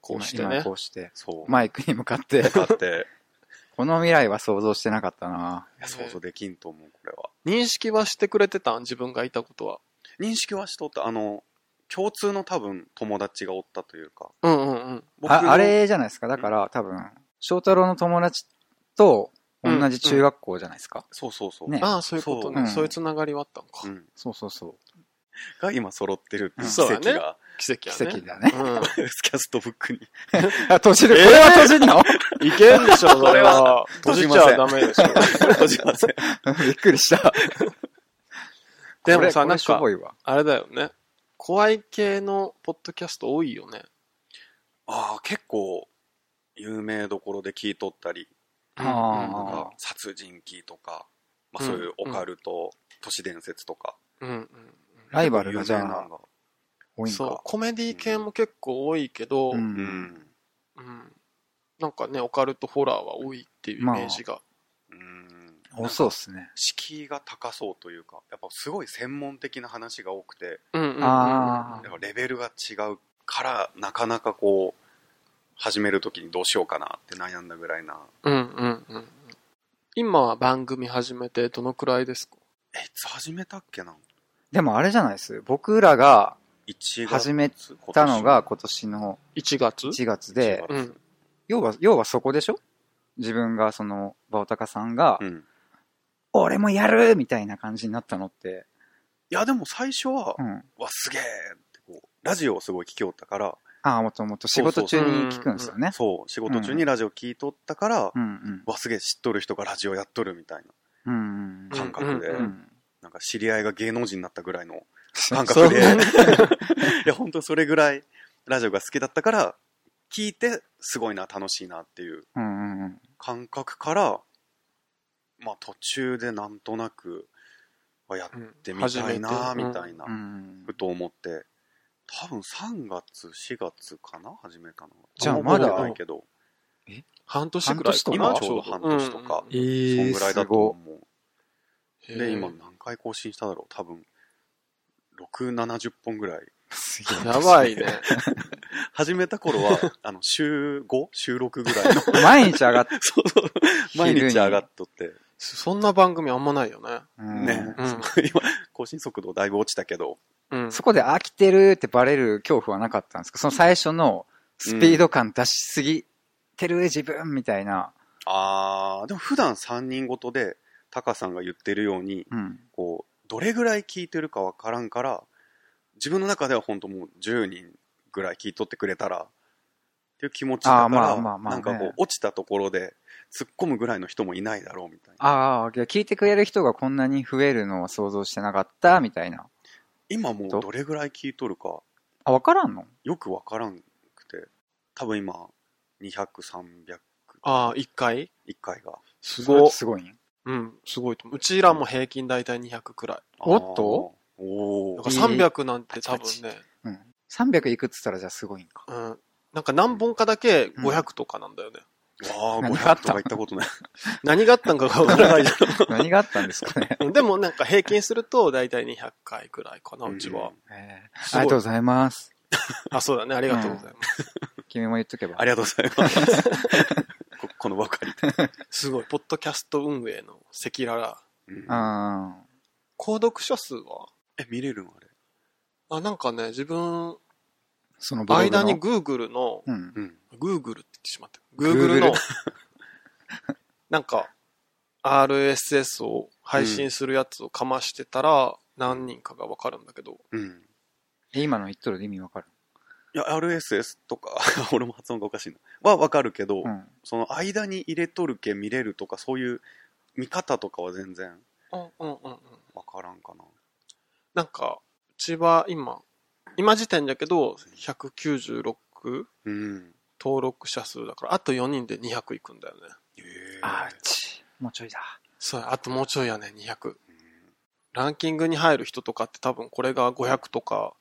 Speaker 2: こうして
Speaker 1: 今
Speaker 2: ね
Speaker 1: こ。うして。
Speaker 3: そう。
Speaker 1: マイクに向かって、
Speaker 3: だ って、
Speaker 1: この未来は想像してなかったな。
Speaker 3: いや想像できんと思う、これは。
Speaker 2: 認識はしてくれてたん自分がいたことは。
Speaker 3: 認識はしとった。あの、共通の多分友達がおったというか。
Speaker 2: うん、うん、うん。
Speaker 3: の
Speaker 1: ああれじゃないですか。だから、多分、翔太郎の友達と同じ中学校じゃないですか。
Speaker 3: そうそうそう。
Speaker 1: ね
Speaker 2: ああ、そういうこと
Speaker 3: そう
Speaker 1: うん
Speaker 2: ね。そういうつながりはあったの
Speaker 3: う
Speaker 2: か。
Speaker 3: ん。
Speaker 1: そうそうそ
Speaker 3: が今揃ってるっていう
Speaker 2: そう
Speaker 3: 奇
Speaker 2: だね
Speaker 3: 跡が
Speaker 2: 奇跡
Speaker 1: 奇
Speaker 2: や
Speaker 1: 跡
Speaker 2: ね。
Speaker 1: だね。
Speaker 2: うん。
Speaker 3: スキャストブックに。
Speaker 1: あ、閉じる。これは閉じるの
Speaker 2: いけんでしょ、そ
Speaker 3: これ
Speaker 2: れは。閉
Speaker 3: 閉じ
Speaker 2: じ
Speaker 3: ま
Speaker 2: ち
Speaker 3: せん
Speaker 2: ゃダメでしょ。
Speaker 3: 閉 じません。
Speaker 1: びっくりした。
Speaker 2: でもさ、
Speaker 1: これこ
Speaker 2: な
Speaker 1: れ
Speaker 2: ん
Speaker 1: しょ
Speaker 2: か
Speaker 1: ぼ、いわ。
Speaker 2: あれだよね。怖い系のポッドキャスト多いよね。
Speaker 3: ああ、結構、有名どころで聞いとったり、
Speaker 1: あ
Speaker 3: なん
Speaker 1: ー
Speaker 3: か、殺人鬼とか、まあそういうオカルト、都市伝説とか。
Speaker 2: うんうん
Speaker 1: ライバルがじゃ
Speaker 3: 有名な
Speaker 1: あ
Speaker 3: ん、だ
Speaker 1: 多
Speaker 2: うん。
Speaker 1: いん
Speaker 2: そう
Speaker 1: か。、
Speaker 2: コメディ系も結構多いけど、
Speaker 1: う。
Speaker 2: うん
Speaker 3: うんん。
Speaker 2: なんかね、オカルトホラーは多いっていうイメージが。
Speaker 3: うん。
Speaker 1: 多そうっすね。
Speaker 3: 敷居が高そうというか、やっぱすごい専門的な話が多くて、
Speaker 2: うんうんうん
Speaker 1: あ
Speaker 3: やっぱレベルが違うから、なかなかこう、始めるときにどうしようかなって悩んだぐらいな。
Speaker 2: うんうんうんうん。今は番組始めてどのくらいですか
Speaker 3: え、いつ始めたっけな
Speaker 1: でもあれじゃないです。僕らが
Speaker 3: ?1 月。
Speaker 1: 始め
Speaker 3: 今年
Speaker 1: たのが今年の
Speaker 2: ?1 月
Speaker 1: 1月で、
Speaker 2: う
Speaker 3: うんん。
Speaker 1: 要は、要はそこでしょ自分が、その、バオタカさんが、
Speaker 3: うん。
Speaker 1: 俺もやるみたいな感じになったのって、
Speaker 3: いや、でも最初は
Speaker 1: う、ん。
Speaker 3: わ、すげえってこう、ラジオをすごい聞きおったから、
Speaker 1: ああ、もっともっと仕事中に聞くんですよね。
Speaker 3: そう、仕事中にラジオ聞いとったから、
Speaker 1: うんうん。
Speaker 3: わ、すげえ知っとる人がラジオやっとるみたい
Speaker 1: うんうん
Speaker 3: な感覚で、
Speaker 2: うん
Speaker 1: う。
Speaker 2: うん
Speaker 3: なんか知り合いが芸能人になったぐらいの 感
Speaker 1: そ
Speaker 3: 覚
Speaker 1: う
Speaker 3: で、いや、本当それぐらいラジオが好きだったから、聞いてすごいな、楽しいなっていう
Speaker 1: うんうんうん。
Speaker 3: 感覚から、まあ途中でなんとなく、あやっ
Speaker 2: うん
Speaker 3: てみたいな、
Speaker 2: 初めて
Speaker 3: みたいな
Speaker 1: う、 ん
Speaker 3: ふと思って、多分3月、4月かな始めたのは。
Speaker 1: じゃあ
Speaker 3: あんま覚え
Speaker 1: ま
Speaker 3: て
Speaker 1: だ
Speaker 3: ないけど、
Speaker 2: 半年くらいかな。
Speaker 1: 半年とか
Speaker 3: ちょうど半年とか
Speaker 1: え
Speaker 3: そんぐらいだと思う。
Speaker 2: うん
Speaker 3: で、今。何回更新しただろう多分、6、70本ぐらい。
Speaker 1: す
Speaker 2: へーやばいね。
Speaker 3: 始めた頃は、あの、週 5? 週6ぐらいの。
Speaker 1: げえ。 毎日上がって、
Speaker 3: そうそう。毎日上がっとって。
Speaker 2: そんな番組あんまないよね。
Speaker 1: うん
Speaker 3: ね
Speaker 2: うん。
Speaker 3: 今、更新速度だいぶ落ちたけど。
Speaker 2: うん。
Speaker 1: そこで飽きてるってバレる恐怖はなかったんですかその最初のスピード感出しすぎてる自分みたいな。
Speaker 3: あー、でも普段3人ごとで、タカさんが言ってるように、
Speaker 1: うん。
Speaker 3: こう、どれぐらい聞いてるかわからんから、自分の中では本当もう10人ぐらい聞いとってくれたら、っていう気持ちだから、
Speaker 1: あーまあまあまあ
Speaker 3: な
Speaker 1: ね
Speaker 3: んかこう、落ちたところで突っ込むぐらいの人もいないだろうみたいな。
Speaker 1: ああ、聞いてくれる人がこんなに増えるのは想像してなかったみたいな。
Speaker 3: 今もうどれぐらい聞いとるか、
Speaker 1: あ、わからんの
Speaker 3: よくわからんくて、多分今、200、300、
Speaker 2: ああ、1回
Speaker 3: 1回が。
Speaker 2: す
Speaker 1: それ
Speaker 2: ご
Speaker 1: っ
Speaker 2: い
Speaker 1: て。すごいん
Speaker 2: うん、すごいと思う。うちらも平均大体200くらい。
Speaker 1: おっと
Speaker 3: あーお
Speaker 2: だ
Speaker 3: お
Speaker 2: か
Speaker 1: いい
Speaker 2: ら300なんて多分ね、
Speaker 1: うん。300いくっつったらじゃあすごいんか。
Speaker 2: うん。なんか何本かだけ500とかなんだよね。
Speaker 3: あー、
Speaker 1: 何があ
Speaker 3: 500
Speaker 1: っ
Speaker 3: とか
Speaker 1: た
Speaker 3: 行ったことない。
Speaker 2: 何があったんかがわからないじゃ
Speaker 1: 何があったんですかね。
Speaker 2: ん。でもなんか平均すると大体200回くらいかな、うちは。
Speaker 3: ん
Speaker 1: えー
Speaker 2: す
Speaker 1: あ
Speaker 2: ごい
Speaker 1: りがとうございます。
Speaker 2: あ、そうだね。ありがとうございます。
Speaker 1: 君も言っとけば。
Speaker 3: ありがとうございます。ここのばかりで。
Speaker 2: すごい。ポッドキャスト運営の赤裸々。
Speaker 3: うん
Speaker 1: あ
Speaker 2: 購読者数は
Speaker 3: え、見れるんあれ。
Speaker 2: あ、なんかね、自分、
Speaker 1: ーそのブログの
Speaker 2: 間に Google の、
Speaker 1: うん。
Speaker 3: うん。
Speaker 2: Google って言ってしまった。
Speaker 1: Google
Speaker 2: Google の、なんか、RSS を配信するやつをかましてたら、何人かがわかるんだけど、
Speaker 3: うん。
Speaker 1: え今の言っとる意味わかる
Speaker 3: いや、RSS とか、 俺も発音がおかしいな。はわかるけど、
Speaker 1: うん。
Speaker 3: その間に入れとるけ見れるとか、そういう見方とかは全然
Speaker 2: うんうんうんうん。
Speaker 3: わからんかな。
Speaker 2: なんか、うちは今、今時点だけど、196
Speaker 3: うん。
Speaker 2: 登録者数だから、あと4人で200いくんだよね。
Speaker 3: え
Speaker 1: あーち。もうちょいだ。
Speaker 2: そうや、あともうちょいやね、200。ランキングに入る人とかって多分これが500とか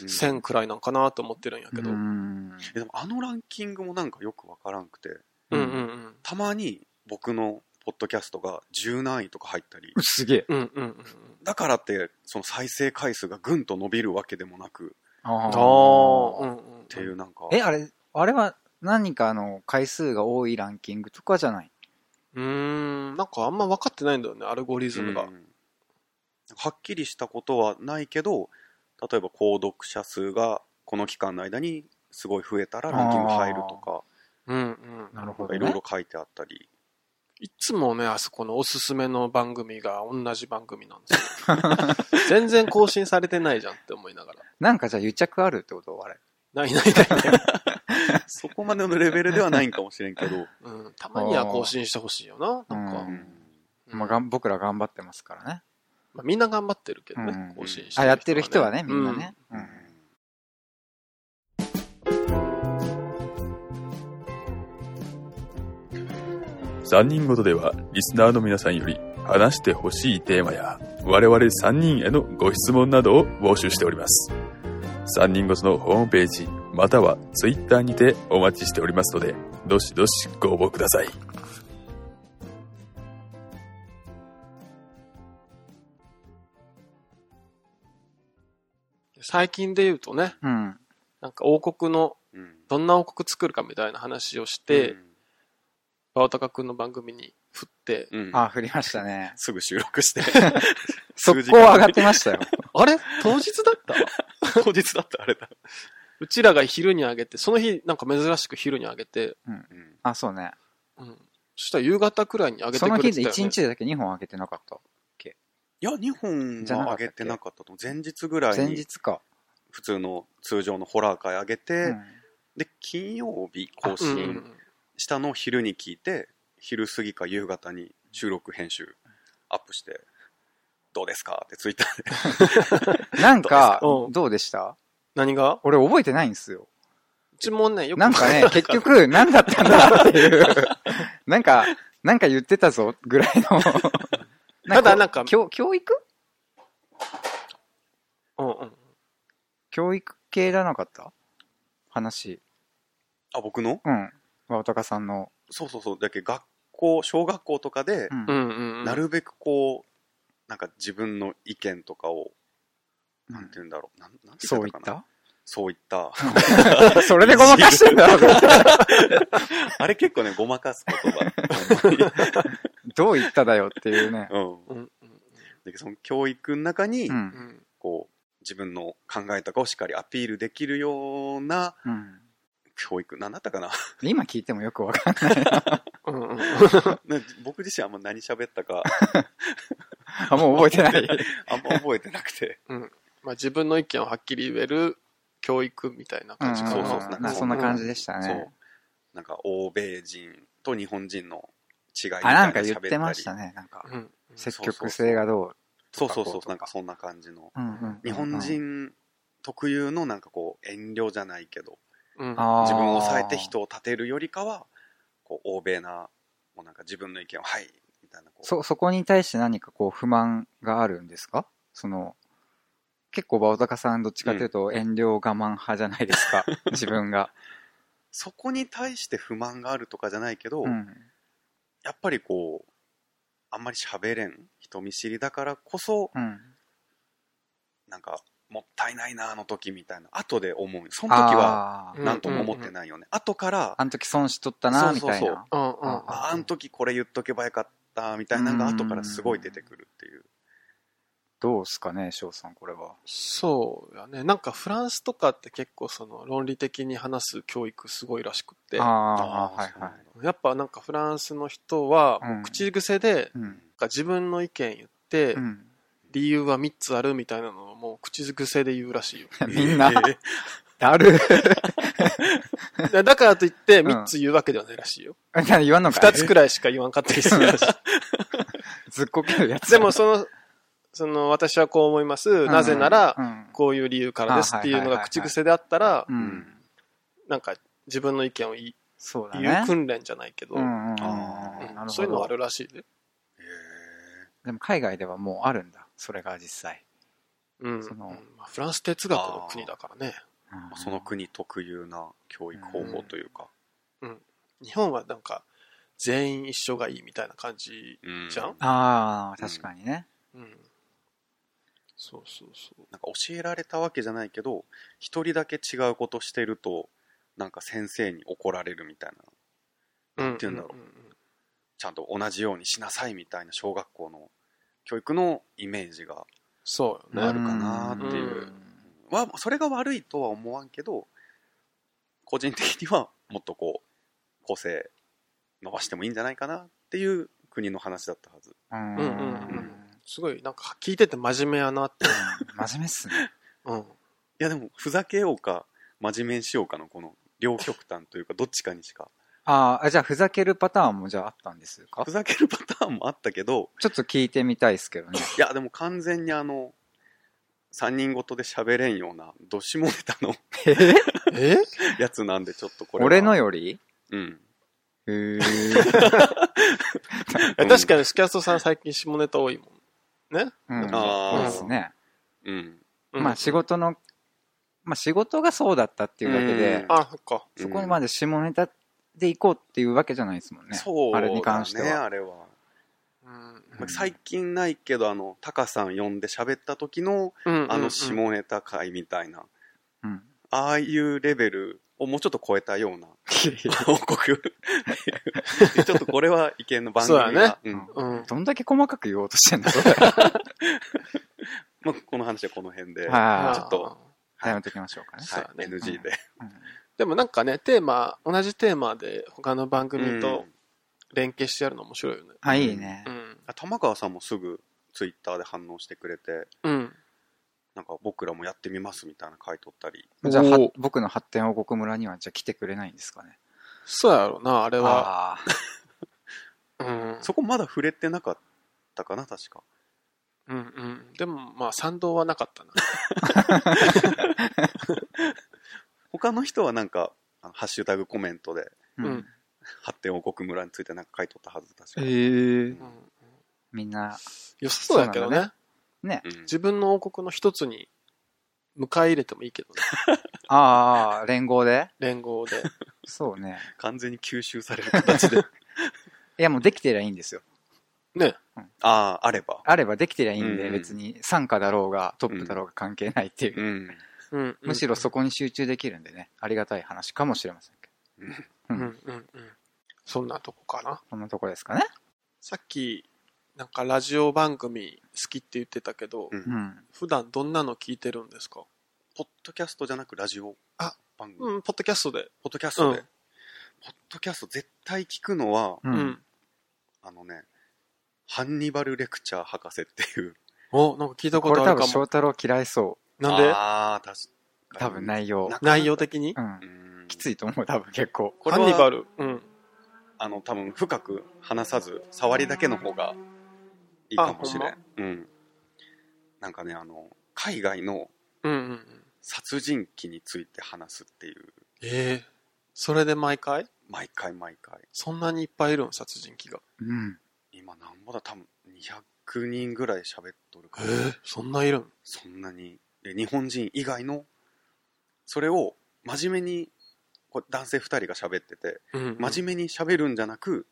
Speaker 2: 1000くらいなんかなと思ってるんやけど。
Speaker 1: う
Speaker 2: うん
Speaker 1: ん。
Speaker 3: でもあのランキングもなんかよくわからんくて、
Speaker 2: うんうん。
Speaker 3: たまに僕のポッドキャストが10何位とか入ったり
Speaker 1: う、すげえ。
Speaker 2: うんうんうん。
Speaker 3: だからってその再生回数がぐんと伸びるわけでもなく、
Speaker 1: あ
Speaker 2: あ
Speaker 1: ー
Speaker 2: あ、うんうん。っ
Speaker 3: っていうなんか、
Speaker 1: え、あれ、あれは何かあの回数が多いランキングとかじゃない。
Speaker 2: うーん、なんかあんま分かってないんだよね、アルゴリズムが。
Speaker 3: うんはっきりしたことはないけど例えば購読者数がこの期間の間にすごい増えたらランキング入るとか
Speaker 2: うんうん。
Speaker 1: なるほど
Speaker 3: なんかいろいろ書いてあったり、
Speaker 2: いつもね、あそこのおすすめの 番組が同じ番組なんですよ。全然更新されてないじゃんって思いながら。
Speaker 1: なんかじゃあ癒着あるってことあれ。
Speaker 2: ないないないない。
Speaker 3: そこまでのレベルではないんかもしれん けど。
Speaker 2: うん、たまには更新してほしいよな、なんか。
Speaker 1: う
Speaker 3: うんん
Speaker 2: うん
Speaker 1: まあ、がん僕ら頑張ってますからね。
Speaker 2: まあみんな頑張ってるけど
Speaker 1: うんう
Speaker 2: ね
Speaker 1: ん、
Speaker 2: 更新して
Speaker 1: あ、やってる人はね、みんなね。。うん
Speaker 4: 3人ごとではリスナーの皆さんより話してほしいテーマや我々3人へのご質問などを募集しております3人ごとのホームページまたはツイッターにてお待ちしておりますのでどしどしご応募ください
Speaker 2: 最近で言うとね、
Speaker 1: うん。
Speaker 2: なんか王国の、
Speaker 3: うん
Speaker 2: どんな王国作るかみたいな話をして、、バオタカ君の番組に振って、
Speaker 3: うんうん
Speaker 1: あ、振りましたね。
Speaker 3: すぐ収録して。
Speaker 1: 速攻上がってましたよ。
Speaker 2: あれ当日だっ た
Speaker 3: 当日だった、あれだ。
Speaker 2: うちらが昼にあげて、その日なんか珍しく昼にあげて、
Speaker 3: うん
Speaker 1: あ、そう ね。
Speaker 2: うん。そしたら夕方くらいにあげて
Speaker 1: そ
Speaker 2: く
Speaker 1: の
Speaker 2: れ
Speaker 1: 日
Speaker 2: て
Speaker 1: で
Speaker 2: たよ、ね。
Speaker 1: 1日でだけ2本上げてなかった。
Speaker 3: いや、2本は上げてなかったと思う。前日ぐらい
Speaker 1: 前
Speaker 3: に、
Speaker 1: 日か。
Speaker 3: 普通の通常のホラー会上げて、
Speaker 1: うん
Speaker 3: で、金曜日
Speaker 2: うんうん
Speaker 3: 更
Speaker 2: う
Speaker 3: 新
Speaker 2: ん
Speaker 3: したのを昼に聞いて、昼過ぎか夕方に収録編集アップして、どうですかってツイッター で。
Speaker 1: なんか
Speaker 2: どうですかう、ん
Speaker 1: どうでした
Speaker 2: 何が
Speaker 1: 俺覚えてないんですよ。
Speaker 2: うちもね、よく
Speaker 1: なんか ね、結局何だったんだっていう。なんか、なんか言ってたぞぐらいの。
Speaker 2: ただなんか
Speaker 1: 教教育
Speaker 2: うんうん。
Speaker 1: 教育系じゃなかった話。
Speaker 3: あ、僕の
Speaker 1: うん。和高さんの。
Speaker 3: そうそうそう。だけど学校、小学校とかで、
Speaker 1: うん
Speaker 2: うんうんうん。
Speaker 3: なるべくこう、なんか自分の意見とかを、なんて言うんだろう。なんなんて
Speaker 1: そう
Speaker 3: 言
Speaker 1: 言
Speaker 3: か
Speaker 1: っ
Speaker 3: な
Speaker 1: た
Speaker 3: そういった。
Speaker 1: それでごまかしてんだろうな
Speaker 3: あれ結構ね、ごまかす言葉。
Speaker 1: どう言っただよっていうね。
Speaker 3: う。
Speaker 2: うんんうん
Speaker 3: だけどその教育の中に、
Speaker 1: うん
Speaker 2: う。ん。
Speaker 3: こう、自分の考えとかをしっかりアピールできるような
Speaker 1: うん。
Speaker 3: 教育、なんだったかな。
Speaker 1: 今聞いてもよくわかん
Speaker 2: うん うんうん。
Speaker 3: ね僕自身あんま何喋ったか、
Speaker 1: ない。もう覚えてない。
Speaker 3: あんま覚えてなくて。
Speaker 2: まあ自分の意見をはっきり言える教育みたいな感じかな。
Speaker 3: うんうんうん
Speaker 1: なそんな感じでした
Speaker 3: そ
Speaker 1: ね
Speaker 3: う。。なんか、欧米人と日本人の違いみたい
Speaker 1: あ、なんか
Speaker 3: の
Speaker 1: 言っ
Speaker 3: 喋
Speaker 1: てました
Speaker 3: ね。
Speaker 1: ね。なんか、
Speaker 2: うんうん。
Speaker 1: 積極性がどう。
Speaker 3: そうそうそ
Speaker 1: こ
Speaker 3: う
Speaker 1: う、と
Speaker 3: なんかそんな感じの。
Speaker 1: うんうん
Speaker 3: 日本人特有のなんかこう、遠慮じゃないけど、
Speaker 2: うん
Speaker 1: あー
Speaker 3: 自分を抑えて人を立てるよりかは、こう、欧米な、もうなんか自分の意見を、はい、みたいな、こう。
Speaker 1: そ、そこに対して何かこう不満があるんですかその、結構バオタカさんどっちかというと遠慮我慢派じゃないですか。自分が。
Speaker 3: そこに対して不満があるとかじゃないけど、
Speaker 1: うん。
Speaker 3: やっぱりこう、あんまり喋れん、人見知りだからこそ、
Speaker 1: うん。
Speaker 3: なんか、もったいないな、あの時みたいな、後で思う。その時は、
Speaker 1: あー
Speaker 2: うん
Speaker 3: なんとも思ってないよね。後から、
Speaker 1: あの時損しとったな、み
Speaker 3: そうそ
Speaker 1: た
Speaker 3: う
Speaker 1: い
Speaker 3: そう
Speaker 1: な。
Speaker 2: うんうんうん。
Speaker 3: ああの時これ言っとけばよかった、みたいなのが
Speaker 1: うん
Speaker 3: 後からすごい出てくるっていう。
Speaker 1: どうすかね、翔さん、これは。
Speaker 2: そうやね。なんかフランスとかって結構その論理的に話す教育すごいらしくって。
Speaker 1: ああー、はい
Speaker 3: そう
Speaker 1: は
Speaker 3: ないんだ。
Speaker 2: やっぱなんかフランスの人は
Speaker 1: うん
Speaker 2: もう口癖で、なん
Speaker 1: うん。
Speaker 2: か自分の意見言って、
Speaker 1: うん。
Speaker 2: 理由は3つあるみたいなのをもう口癖で言うらしいよ。
Speaker 1: みんな
Speaker 3: え、ー
Speaker 1: だる。
Speaker 2: だだからといって
Speaker 1: うん
Speaker 2: 3つ言うわけではないらしいよ。
Speaker 1: 言わんのか
Speaker 2: 2
Speaker 1: い
Speaker 2: つくらいしか言わんかったりするらしい。
Speaker 1: ずっこけるやつ。
Speaker 2: でもその、その私はこう思います。なぜなら、
Speaker 1: うん、
Speaker 2: こういう理由からですっていうのが口癖であったら
Speaker 1: う、ん。
Speaker 2: なんか自分の意見を言い
Speaker 1: そうだ
Speaker 2: 言う
Speaker 1: ね。
Speaker 2: 訓練じゃないけど、
Speaker 1: うんうんうん
Speaker 3: あー
Speaker 1: なるほど
Speaker 2: そういうのはあるらしいで。
Speaker 3: へ
Speaker 1: でも海外ではもうあるんだ。それが実際。
Speaker 2: うん
Speaker 1: その
Speaker 2: うんまあフランス哲学の国だからね。
Speaker 3: ーその国特有な教育方法というか。
Speaker 2: 日本はなんか、全員一緒がいいみたいな感じ。
Speaker 3: う
Speaker 2: じゃん
Speaker 1: ああ、
Speaker 3: うん
Speaker 1: 確かにね。
Speaker 2: うん。そうそうそう。
Speaker 3: なんか教えられたわけじゃないけど、一人だけ違うことしてると、なんか先生に怒られるみたいな。
Speaker 2: なん
Speaker 3: て言うんだろう
Speaker 2: うんうん
Speaker 3: ちゃんと同じようにしなさいみたいな小学校の教育のイメージが、
Speaker 2: そうよ
Speaker 3: な
Speaker 2: ね。
Speaker 3: るかなーっていうはそれが悪いとは思わんけど、個人的にはもっとこう、個性伸ばしてもいいんじゃないかなっていう国の話だったはず。
Speaker 1: うん。
Speaker 2: うんうんうん
Speaker 1: うん
Speaker 2: すごい、なんか聞いてて真面目やなって。
Speaker 1: 真面目っすね。
Speaker 2: うん。
Speaker 3: やでもふざけようか真面目にしようかのこの両極端というかどっちかにしか
Speaker 1: あーあ、じゃあふざけるパターンもじゃああったんですか
Speaker 3: ふざけるパターンもあったけど
Speaker 1: ちょっと聞いてみたいですけどね。
Speaker 3: いやでも完全にあの3人ごとで喋れんようなどしもネタの
Speaker 2: え
Speaker 3: やつなんでちょっとこれは
Speaker 1: 俺のより
Speaker 3: うん
Speaker 1: へー
Speaker 3: うん
Speaker 2: 確かにスキャストさん最近下ネタ多いもん。ね、
Speaker 1: うん。
Speaker 3: あー
Speaker 1: そうですね。
Speaker 3: うん
Speaker 2: うん
Speaker 1: まあ仕事の、まあ仕事がそうだったっていうだけで、
Speaker 2: あ、そっか。
Speaker 1: そこまで下ネタで行こうっていうわけじゃないですもんね。
Speaker 3: そうだね
Speaker 1: あれに関しては
Speaker 3: あれは
Speaker 2: うん
Speaker 1: うん
Speaker 3: 最近ないけどあのタカさん呼んで喋った時のあの下ネタ会みたいな、
Speaker 1: うん。
Speaker 3: ああいうレベルをもうちょっと超えたような報 告ちょっとこれは意見の番組が
Speaker 2: そうだね
Speaker 3: ん
Speaker 2: うん。
Speaker 1: どんだけ細かく言おうとしてんだろ
Speaker 3: まあ、この話はこの辺で、
Speaker 1: はい。
Speaker 2: あー
Speaker 1: ちょっと
Speaker 3: っと。
Speaker 1: 早めときましょうかね。
Speaker 3: はい
Speaker 2: そうだね
Speaker 3: NG で、
Speaker 2: でもなんかね、テーマ、同じテーマで他の番組
Speaker 3: う
Speaker 2: と
Speaker 3: ん
Speaker 2: 連携してやるの面白いよね。
Speaker 1: あ、いいね
Speaker 2: う。ん。
Speaker 3: 玉川さんもすぐツイッターで反応してくれて
Speaker 2: うん。
Speaker 3: なんか僕らもやってみますみたいな書いとったり
Speaker 1: じゃあ、は
Speaker 2: おー
Speaker 1: 僕の発展王国村にはじゃあ来てくれないんですかね。
Speaker 2: そうやろうな、あれ
Speaker 1: あ
Speaker 2: は。
Speaker 1: あ。
Speaker 2: うん。
Speaker 3: そこまだ触れてなかったかな確か
Speaker 2: うんうん。でもまあ賛同はなかったな。
Speaker 3: 他の人はなんかあのハッシュタグコメントで
Speaker 1: う
Speaker 2: うん
Speaker 1: ん。
Speaker 3: 発展王国村についてなんか書いとったはず確か、
Speaker 1: ええ
Speaker 2: うん。
Speaker 1: みんな、
Speaker 2: 良さそうやけど
Speaker 1: そう
Speaker 2: ね
Speaker 1: な。ね。
Speaker 3: うん
Speaker 2: 自分の王国の一つに迎え入れてもいいけどね。
Speaker 1: ああ、連合で
Speaker 2: 連合 で。
Speaker 1: そうね。
Speaker 3: 完全に吸収される形 で
Speaker 1: いや、もうできてりゃいいんですよ。
Speaker 2: ね。
Speaker 3: あああれば
Speaker 1: あればできてりゃいいんで、
Speaker 3: うん
Speaker 1: 別に参加だろうが、トップだろうが関係ないっていう。
Speaker 3: うん
Speaker 2: うんうん。
Speaker 1: むしろそこに集中できるんでね、ありがたい話かもしれませんけど。
Speaker 2: うんうんうん。そんなとこかな。
Speaker 1: こんなとこですかね。
Speaker 2: さっき、なんかラジオ番組好きって言ってたけど、
Speaker 3: うん
Speaker 1: うん。
Speaker 2: 普段どんなの聞いてるんですか
Speaker 3: ポッドキャストじゃなくラジオ
Speaker 2: あ
Speaker 3: 番組、
Speaker 2: うん、ポッドキャストで。
Speaker 3: ポッドキャストで、
Speaker 2: うん
Speaker 3: ポッドキャスト絶対聞くのは、
Speaker 1: う。。
Speaker 2: うん
Speaker 3: あのねハンニバルレクチャー博士っていう
Speaker 2: お、なんか聞いたこ
Speaker 1: これ
Speaker 2: と
Speaker 1: 多
Speaker 2: あるか
Speaker 1: 分翔
Speaker 2: も。
Speaker 1: 太郎嫌いそ
Speaker 2: なんで
Speaker 3: ああ確
Speaker 1: う。
Speaker 3: か
Speaker 1: 多
Speaker 3: に
Speaker 1: 分内容
Speaker 3: な。
Speaker 2: 内容的に
Speaker 1: うん
Speaker 3: う。ん
Speaker 1: きついと思う、多分結構。
Speaker 3: これ
Speaker 2: ハンニバ
Speaker 3: は
Speaker 2: ル。うん。
Speaker 3: あの多分深く話さず触りだけの方がいいかもしれん、
Speaker 2: あ
Speaker 3: うんなんかねあの海外の
Speaker 2: うんうんうん。
Speaker 3: 殺人鬼について話すっていう
Speaker 2: ええそれで毎回
Speaker 3: 毎回毎回
Speaker 2: そんなにいっぱいいるん、殺人鬼が。
Speaker 1: うん。
Speaker 3: 今なんぼだ多分200人ぐらい喋っとるか
Speaker 2: ええ
Speaker 3: ら、
Speaker 2: そんないるん
Speaker 3: そんなにで日本人以外のそれを真面目にこう男性2人が喋ってて
Speaker 2: うん。
Speaker 3: 真面目に喋るんじゃなく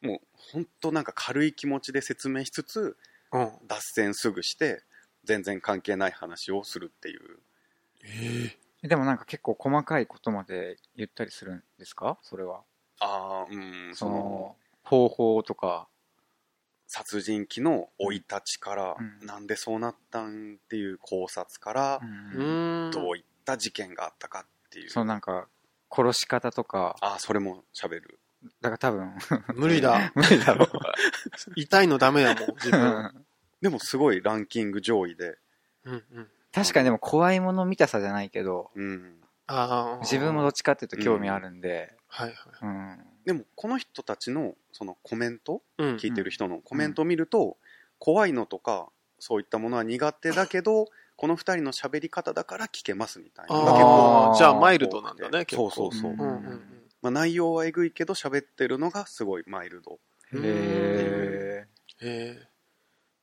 Speaker 3: もうほんとなんか軽い気持ちで説明しつつ
Speaker 2: 目。うん。
Speaker 3: 脱線すぐして全然関係ない話をするっていう
Speaker 2: ええ
Speaker 1: でもなんか結構細かいことまで言ったりするんですかそれは。
Speaker 3: ああうん
Speaker 1: そ
Speaker 3: その
Speaker 1: の、方法とか。
Speaker 3: 殺人鬼の生い立ちから、
Speaker 1: うん
Speaker 3: なんでそうなったんっていう考察から
Speaker 1: う、
Speaker 2: うー
Speaker 1: ん。
Speaker 2: ん。
Speaker 3: どういった事件があったかっていう
Speaker 1: そのなんか、殺し方とか。
Speaker 3: ああそれも喋る
Speaker 1: だから多分、
Speaker 2: 無理だ。
Speaker 1: 無理だろう。
Speaker 2: 痛いのダメやもん、自分。
Speaker 3: でもすごいランキング上位で、
Speaker 2: うんうん。
Speaker 1: 確かにでも怖いもの見たさじゃないけど、
Speaker 3: うん、
Speaker 2: ああ。
Speaker 1: 自分もどっちかっていうと興味あるんで、
Speaker 2: はいはい。
Speaker 1: うん。
Speaker 3: でもこの人たちのそのコメント
Speaker 2: うん。
Speaker 3: 聞いてる人のコメントを見ると、怖いのとかそういったものは苦手だけどこの二人の喋り方だから聞けますみたいなのが結構
Speaker 2: あ
Speaker 1: あ
Speaker 2: あ、
Speaker 1: ー
Speaker 2: じゃあマイルドなんだね、結
Speaker 3: そ
Speaker 2: 構。
Speaker 3: うそうそう、
Speaker 1: うん
Speaker 2: うんうん
Speaker 3: まあ、内容はえぐいけど喋ってるのがすごいマイルド
Speaker 2: うん。
Speaker 1: へ
Speaker 2: え。へえ。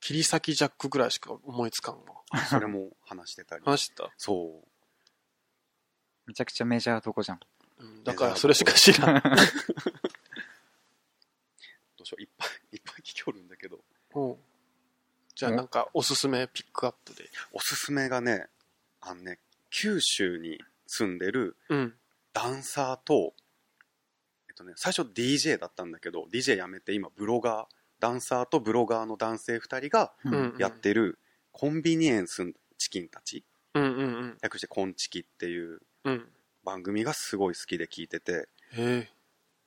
Speaker 2: 切り裂きジャックぐらいしか思いつかんわ。
Speaker 3: それも話してた り
Speaker 2: 話した。
Speaker 3: そう
Speaker 1: めちゃくちゃメジャーとこじゃん。
Speaker 2: うんだからそれしか知らん。
Speaker 3: どうしようい っぱいいっぱい聞きおるんだけど
Speaker 2: うんじゃあなんかおすすめピックアップで。
Speaker 3: おすすめがねあのね九州に住んでる
Speaker 2: うん。
Speaker 3: ダンサーと、えっとね、最初 DJ だったんだけど DJ やめて今ブロガーダンサーとブロガーの男性2人が
Speaker 1: う
Speaker 2: うん。
Speaker 3: やっ。てるコンビニエンスチキンたち、
Speaker 2: うんうんうん。
Speaker 3: 略して「コンチキ」っていう
Speaker 2: うん。
Speaker 3: 番組がすごい好きで聞いてて
Speaker 2: へえ。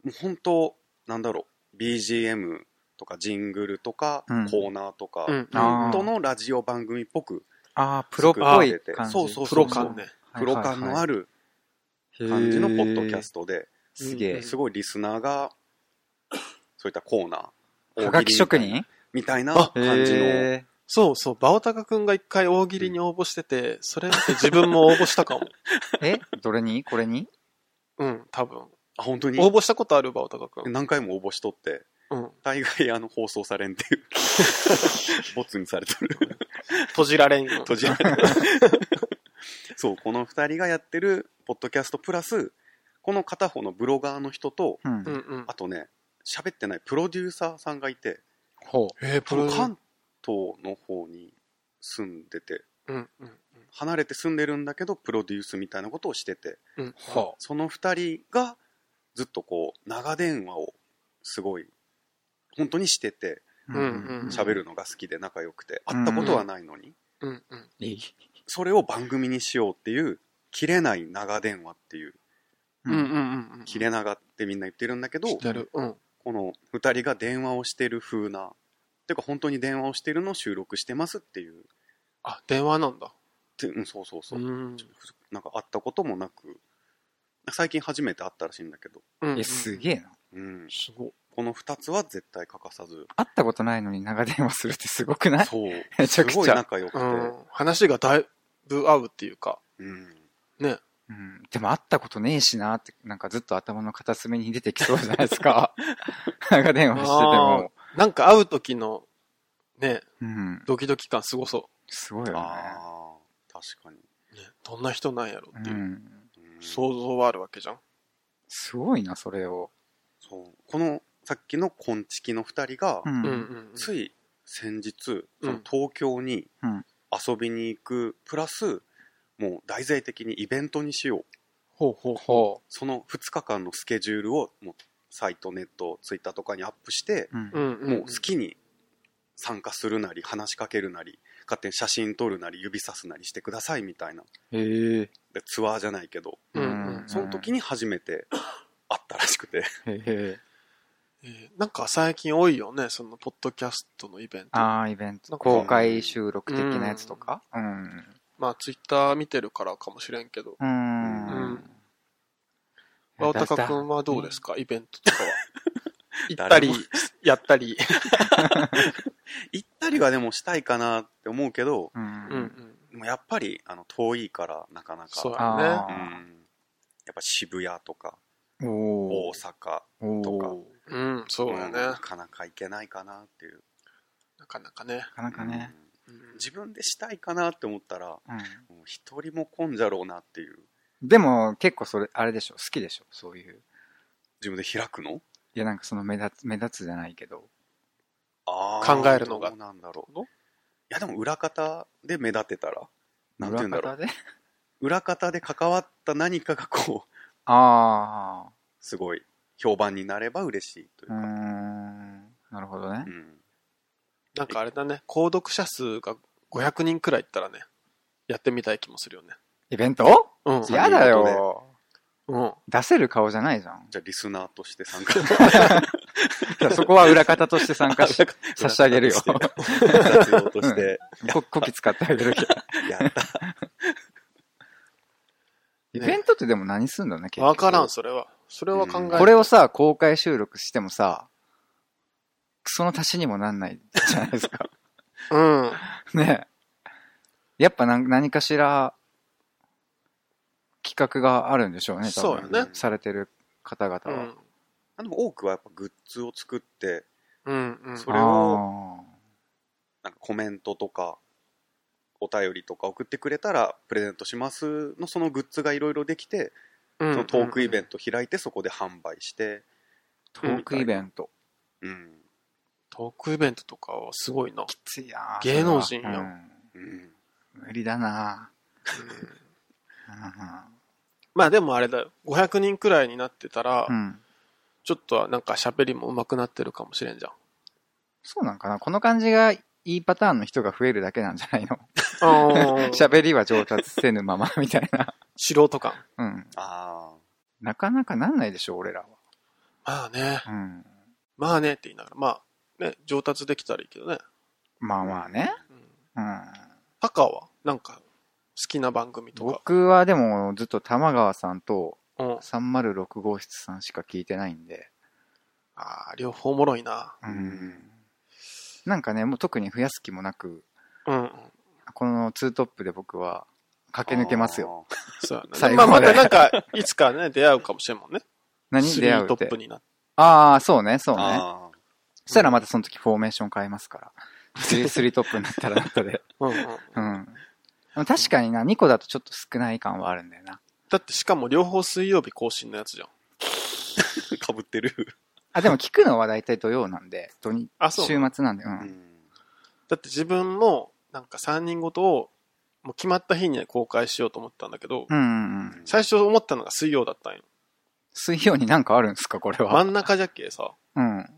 Speaker 3: もう本当なんだろう BGM とかジングルとか
Speaker 1: うん
Speaker 3: コーナーとか、
Speaker 2: うん。
Speaker 1: あー
Speaker 3: 本当のラジオ番組っぽく
Speaker 1: ああ、プロっぽい
Speaker 3: 作ってて
Speaker 1: 感じ。
Speaker 3: そうそう
Speaker 2: プ
Speaker 3: そ
Speaker 2: ロ
Speaker 3: うそう
Speaker 2: 感ね。
Speaker 3: 黒感のある
Speaker 1: る
Speaker 3: 感じのポッドキャストで、
Speaker 1: すげ
Speaker 2: へ
Speaker 1: え
Speaker 2: ー。
Speaker 3: すごいリスナーが、そういったコーナー、
Speaker 1: はがき職人
Speaker 3: みたいな
Speaker 2: あ
Speaker 3: 感じの、
Speaker 1: へ
Speaker 2: そうそう、バオタカ君が一回大喜利に応募してて、それ見て自分も応募したかも。
Speaker 1: ーえどれにこれに
Speaker 2: うん、多分。
Speaker 3: あ本当に
Speaker 2: 応募したことあるバオタカ君。
Speaker 3: 何回も応募しとって、
Speaker 2: うん。
Speaker 3: 大概あの放送されんって いう、ボツにされてる。
Speaker 2: 閉じられんよ。
Speaker 3: 閉じられるそう、この二人がやってるポッドキャストプラス、この片方のブロガーの人と、
Speaker 1: うん
Speaker 2: うん。うん
Speaker 3: あ。とね、喋ってないプロデューサーさんがいて、
Speaker 1: ほ
Speaker 2: えー、プ
Speaker 3: 多
Speaker 2: ロ
Speaker 3: 分
Speaker 2: デュー
Speaker 3: 関東の方に住んでて、
Speaker 2: うんうん
Speaker 3: 離れて住んでるんだけど、プロデュースみたいなことをしてて、
Speaker 2: うん。
Speaker 1: う。ほ
Speaker 3: その二人がずっとこう、長電話をすごい、本当にしてて、
Speaker 1: う。
Speaker 2: うんうん
Speaker 3: 喋るのが好きで仲良くて、
Speaker 1: うん
Speaker 3: 会ったことはないのに、
Speaker 2: うんうん。
Speaker 1: いい。
Speaker 3: それを番組にしようっていう、切れない長電話っていう、
Speaker 2: うんうんうんうん。
Speaker 3: 切れ長ってみんな言ってるんだけど、
Speaker 2: 知ってる。うん。
Speaker 3: この二人が電話をしてる風な、てか本当に電話をしてるのを収録してますっていう、
Speaker 2: あ、電話なんだ。
Speaker 3: てうん、そうそうそうう、
Speaker 2: ん。
Speaker 3: なんか会ったこともなく、最近初めて会ったらしいんだけど、
Speaker 2: うん
Speaker 1: え、すげえな。
Speaker 3: うん、
Speaker 2: すごい。
Speaker 3: この二つは絶対欠かさず、
Speaker 1: 会ったことないのに長電話するってすごくない
Speaker 3: そう、
Speaker 1: めち
Speaker 3: す
Speaker 1: ゃく
Speaker 3: ごい
Speaker 1: ちゃ。
Speaker 3: 仲良くて、
Speaker 2: うん。話がだいぶ合うっていうか。
Speaker 3: うん、
Speaker 2: ね。
Speaker 1: うん。でも会ったことねえしなって、なんかずっと頭の片隅に出てきそうじゃないですか。長電話してても。
Speaker 2: なんか会う時の、ね、
Speaker 1: うん。
Speaker 2: ドキドキ感すごそ
Speaker 1: すごいよね。
Speaker 3: ああ、確かに、
Speaker 2: う。ね。どんな人なんやろって
Speaker 1: う
Speaker 2: いう。
Speaker 1: ん。
Speaker 3: うん
Speaker 2: 想像はあるわけじゃん。
Speaker 1: すごいな、それを。
Speaker 3: そうこのさっきの昆きの二人が、
Speaker 1: うん。
Speaker 2: う
Speaker 1: うん。
Speaker 2: うんん。
Speaker 3: つい先日、
Speaker 2: うん
Speaker 3: その東京に
Speaker 1: うん
Speaker 3: 遊びに行く、プラス、もう大々的にイベントにしよう。
Speaker 2: ほうほうほ
Speaker 1: ほ
Speaker 3: その2日間のスケジュールをもうサイト、ネット、ツイッターとかにアップして、
Speaker 1: う。うん
Speaker 2: う。ん。ん
Speaker 3: もう好。きに参加するなり、話しかけるなり、勝手に写真撮るなり、指さすなりしてくださいみたいな。
Speaker 1: へえ。
Speaker 3: でツアーじゃないけど、
Speaker 2: うんうん。
Speaker 3: その時に初めて会ったらし くて。
Speaker 1: へえ。
Speaker 2: えーなんか最近多いよね、そのポッドキャストのイベント。
Speaker 1: ああ、イベント。
Speaker 2: なんか
Speaker 1: 公開収録的なやつとかうん。
Speaker 2: まあツイッター見てるからかもしれんけど。
Speaker 1: う
Speaker 2: うんん。青高くんはどうですか、イベントとかは。行った
Speaker 3: 誰
Speaker 2: り
Speaker 3: も、
Speaker 2: やったり。
Speaker 3: 行ったりはでもしたいかなって思うけど、
Speaker 1: う。
Speaker 2: うんうんん。
Speaker 3: でもやっぱりあの遠いからなかなか。
Speaker 2: そう
Speaker 3: う
Speaker 2: だ
Speaker 3: ん
Speaker 1: あ
Speaker 3: やっぱ渋谷とか
Speaker 1: ーお
Speaker 3: 大
Speaker 1: お。
Speaker 3: 阪、
Speaker 1: お
Speaker 3: とか
Speaker 1: お。
Speaker 2: ね。うん、そうだ
Speaker 3: ん
Speaker 2: ね。
Speaker 3: なかなか行けないかなっていう。
Speaker 2: なかなかね。
Speaker 1: なかなかね。
Speaker 2: うん
Speaker 3: うん自分でしたいかなって思ったら、
Speaker 1: うん。
Speaker 3: もう一人も混んじゃろうなっていう。
Speaker 1: でも、結構それ、あれでしょ。好きでしょ。そういう。
Speaker 3: 自分で開くの
Speaker 1: いや、なんかその目立つ、目立つじゃないけど。
Speaker 3: あ
Speaker 2: 考えるのが
Speaker 3: どうなんだろう。いや、でも裏方で目立てたら、なんて言うんだろ
Speaker 1: 裏
Speaker 3: う。
Speaker 1: 方で
Speaker 3: 裏方で関わった何かがこう、
Speaker 1: ああ。
Speaker 3: すごい評判になれば嬉しいという
Speaker 1: うー
Speaker 3: か。
Speaker 1: ん。なるほどね
Speaker 3: う。ん。
Speaker 2: なんかあれだね、購読者数が500人くらいいったらね、やってみたい気もするよね。
Speaker 1: イベント
Speaker 2: うん。
Speaker 3: そう
Speaker 1: やだよ。
Speaker 2: うん。
Speaker 1: 出せる顔じゃないじ ゃん。
Speaker 3: じゃあリスナーとして参加
Speaker 1: いやそこは裏方として参加 し、差し上げるよ。
Speaker 3: 活用として、
Speaker 1: こ、こき使ってあげるけど。
Speaker 3: やった。
Speaker 1: イベントってでも何すんだね、結局
Speaker 2: わからん、それは。それは考え
Speaker 3: うん
Speaker 1: これ
Speaker 2: を、
Speaker 1: をさ、公開収録してもさ、その足しにもなんないじゃないです か。
Speaker 2: うん。
Speaker 1: ねえやっぱ何何かしら企画があるんでしょうね、多分
Speaker 2: そうよね
Speaker 1: されてる方々
Speaker 2: う
Speaker 1: は。
Speaker 2: ん。
Speaker 3: あでも多くはやっぱグッズを作って、
Speaker 2: うん。うん。
Speaker 3: それを
Speaker 1: あ
Speaker 3: なんかコメントとか、お便りとか送ってくれたら、プレゼントしますのそのグッズがいろいろできて、
Speaker 2: うん
Speaker 3: そのトークイベント開いてそこで販売して、
Speaker 1: ートークイベント。
Speaker 3: うん。
Speaker 2: トークイベントとかはすごいな。
Speaker 1: ついやー
Speaker 2: 芸能人や
Speaker 1: そ
Speaker 2: ん
Speaker 1: れは
Speaker 3: うん。
Speaker 1: うん無理だな
Speaker 2: まあでもあれだよ。500人くらいになってたら、
Speaker 1: うんうん。
Speaker 2: ちょっとはなんか喋りも上手くなってるかもしれんじゃん。
Speaker 1: そうなんかなこの感じがいいパターンの人が増えるだけなんじゃないの
Speaker 2: ああ。
Speaker 1: 喋りは上達せぬままみたいな。
Speaker 2: 素人感。
Speaker 1: うん。
Speaker 3: ああ。
Speaker 1: なかなかなんないでしょ、俺らは。
Speaker 2: まあね。
Speaker 1: うん。
Speaker 2: まあねって言いながら。まあ、ね、上達できたらいいけどね。
Speaker 1: まあまあね。
Speaker 2: うん
Speaker 1: うん。
Speaker 2: タカはなんか、きな番組とか。
Speaker 1: 僕はでもずっと玉川さんと
Speaker 2: うん。
Speaker 1: 306号室さんしか聞いてないんで、
Speaker 2: ああ、両方おもろいな。
Speaker 1: うん。なんかね、もう特に増やす気もなく、
Speaker 2: うん。
Speaker 1: このツートップで僕は駆け抜けますよ。
Speaker 3: よ。
Speaker 2: そうやな。
Speaker 1: 最後
Speaker 2: まあ、
Speaker 1: ま
Speaker 2: ま
Speaker 1: で
Speaker 2: たなんか、いつかね、出会うかもしれんもんね。
Speaker 1: 何に
Speaker 2: スリ
Speaker 1: 出会
Speaker 2: ー
Speaker 1: う
Speaker 2: ト
Speaker 1: って
Speaker 2: ップ。になって。
Speaker 1: ああ、そうね、そうね。
Speaker 3: あー
Speaker 1: そしたらまたその時フォーメーション変えます から。スリースリートップになったらなったで。
Speaker 2: うんうん。
Speaker 1: うん。でも確かにな、2個だとちょっと少ない感はあるんだよな。
Speaker 2: だってしかも両方水曜日更新のやつじゃん。
Speaker 3: かぶってる。
Speaker 1: あ、でも聞くのは大体土曜なん で、土日、
Speaker 2: あ、
Speaker 1: 週
Speaker 2: そう。
Speaker 1: 末
Speaker 2: だ
Speaker 1: なんで、うん。
Speaker 2: って自分も、なんか3人ごとを、もう決まった日には公開しようと思ったんだけど、
Speaker 1: うんうんうん。
Speaker 2: 最初思ったのが水曜だったんよ。
Speaker 1: 水曜になんかあるんですか、これ
Speaker 2: 真
Speaker 1: は。
Speaker 2: ん中じゃっけさ、
Speaker 1: うん。うん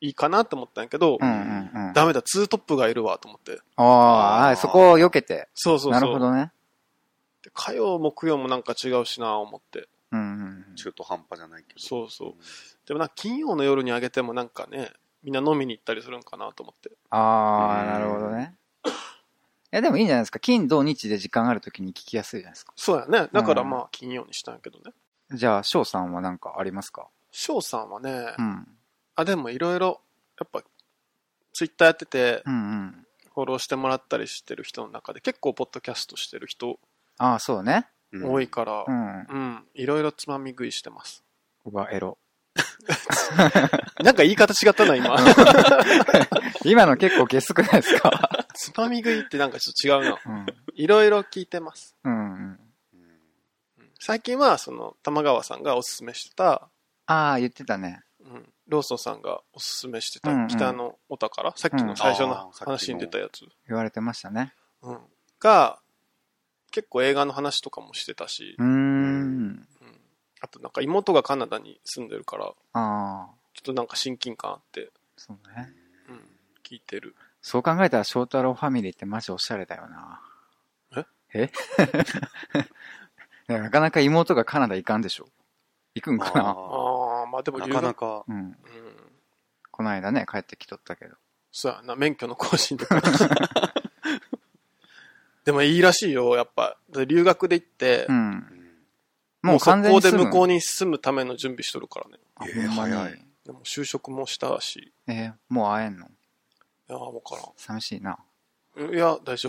Speaker 2: いいかなと思ったんやけど、
Speaker 1: うんうん。あ
Speaker 2: ダメだ、ツートップがいるわと思って。
Speaker 1: あー、そこを避けて。
Speaker 2: そうそうそう。
Speaker 1: なるほどね。
Speaker 2: で火曜、木曜もなんか違うしな思って。
Speaker 1: うんうんうん。
Speaker 3: 中途半端じゃないけど。
Speaker 2: そうそう。でもなんか金曜の夜にあげてもなんかね、みんな飲みに行ったりするんかなと思って。
Speaker 1: ああ、
Speaker 3: うん
Speaker 1: なるほどね。いや、でもいいんじゃないですか。金、土、日で時間あるときに聞きやすいじゃないですか。
Speaker 2: そうやね。だから
Speaker 1: うん
Speaker 2: まあ金曜にしたんやけどね。
Speaker 1: じゃあ、翔さんはなんかありますか
Speaker 2: 翔さんはね、
Speaker 1: うん。
Speaker 2: あ、でもいろいろ、やっぱ、ツイッターやってて
Speaker 1: う、んうん。
Speaker 2: フォローしてもらったりしてる人の中で結構ポッドキャストしてる人
Speaker 1: ああ、そうね。
Speaker 3: うん。
Speaker 2: 多いから
Speaker 1: う、ん。
Speaker 2: うん、いろいろつまみ食いしてます。
Speaker 1: うわ、エロ。
Speaker 2: なんか言い方違ったな、今。
Speaker 1: 今の結構ゲスくないですか
Speaker 2: つまみ食いってなんかちょっと違うな。
Speaker 1: うん。
Speaker 2: いろいろ聞いてます。
Speaker 1: うんうん。
Speaker 3: うん
Speaker 2: うん最近は、その、玉川さんがおすすめしてた、
Speaker 1: ああ、言ってたね。
Speaker 2: うん、ローソンさんがおすすめして
Speaker 1: うんう
Speaker 2: た
Speaker 1: ん
Speaker 2: 北のお宝、さっきの最初の話に出たやつ、
Speaker 1: 言われてましたね。
Speaker 2: うん、が、結構映画の話とかもしてたし
Speaker 1: う、ーん。
Speaker 2: うんあとなんか妹がカナダに住んでるから、
Speaker 1: ああ、
Speaker 2: ちょっとなんか親近感あって、
Speaker 1: そうね。
Speaker 2: うん、聞いてる。
Speaker 1: そう考えたら翔太郎ファミリーってマジおしゃれだよな。え えいやなかなか妹がカナダ行かんでしょ。行くんかな
Speaker 3: あ
Speaker 2: ああ、まあでも
Speaker 3: ーな
Speaker 2: 留
Speaker 3: かな
Speaker 2: 学、
Speaker 3: か。
Speaker 1: うん。
Speaker 2: うん、
Speaker 1: この間ね、帰ってきとったけど。
Speaker 2: そうやな、免許の更新とか。 でもいいらしいよ、やっぱ。で留学で行って、
Speaker 1: うん。も
Speaker 2: もう
Speaker 1: う
Speaker 2: そ
Speaker 1: 完全
Speaker 2: こ
Speaker 1: に
Speaker 2: で
Speaker 1: 住む。
Speaker 2: 向こうに住むための準備しとるからね。
Speaker 1: あ
Speaker 3: えー
Speaker 1: ほんまに
Speaker 3: 早い
Speaker 2: でも就職もしたし、
Speaker 1: えーもう会えんの
Speaker 2: いやー、わか
Speaker 1: 寂しいな。
Speaker 2: らん。いや、大 丈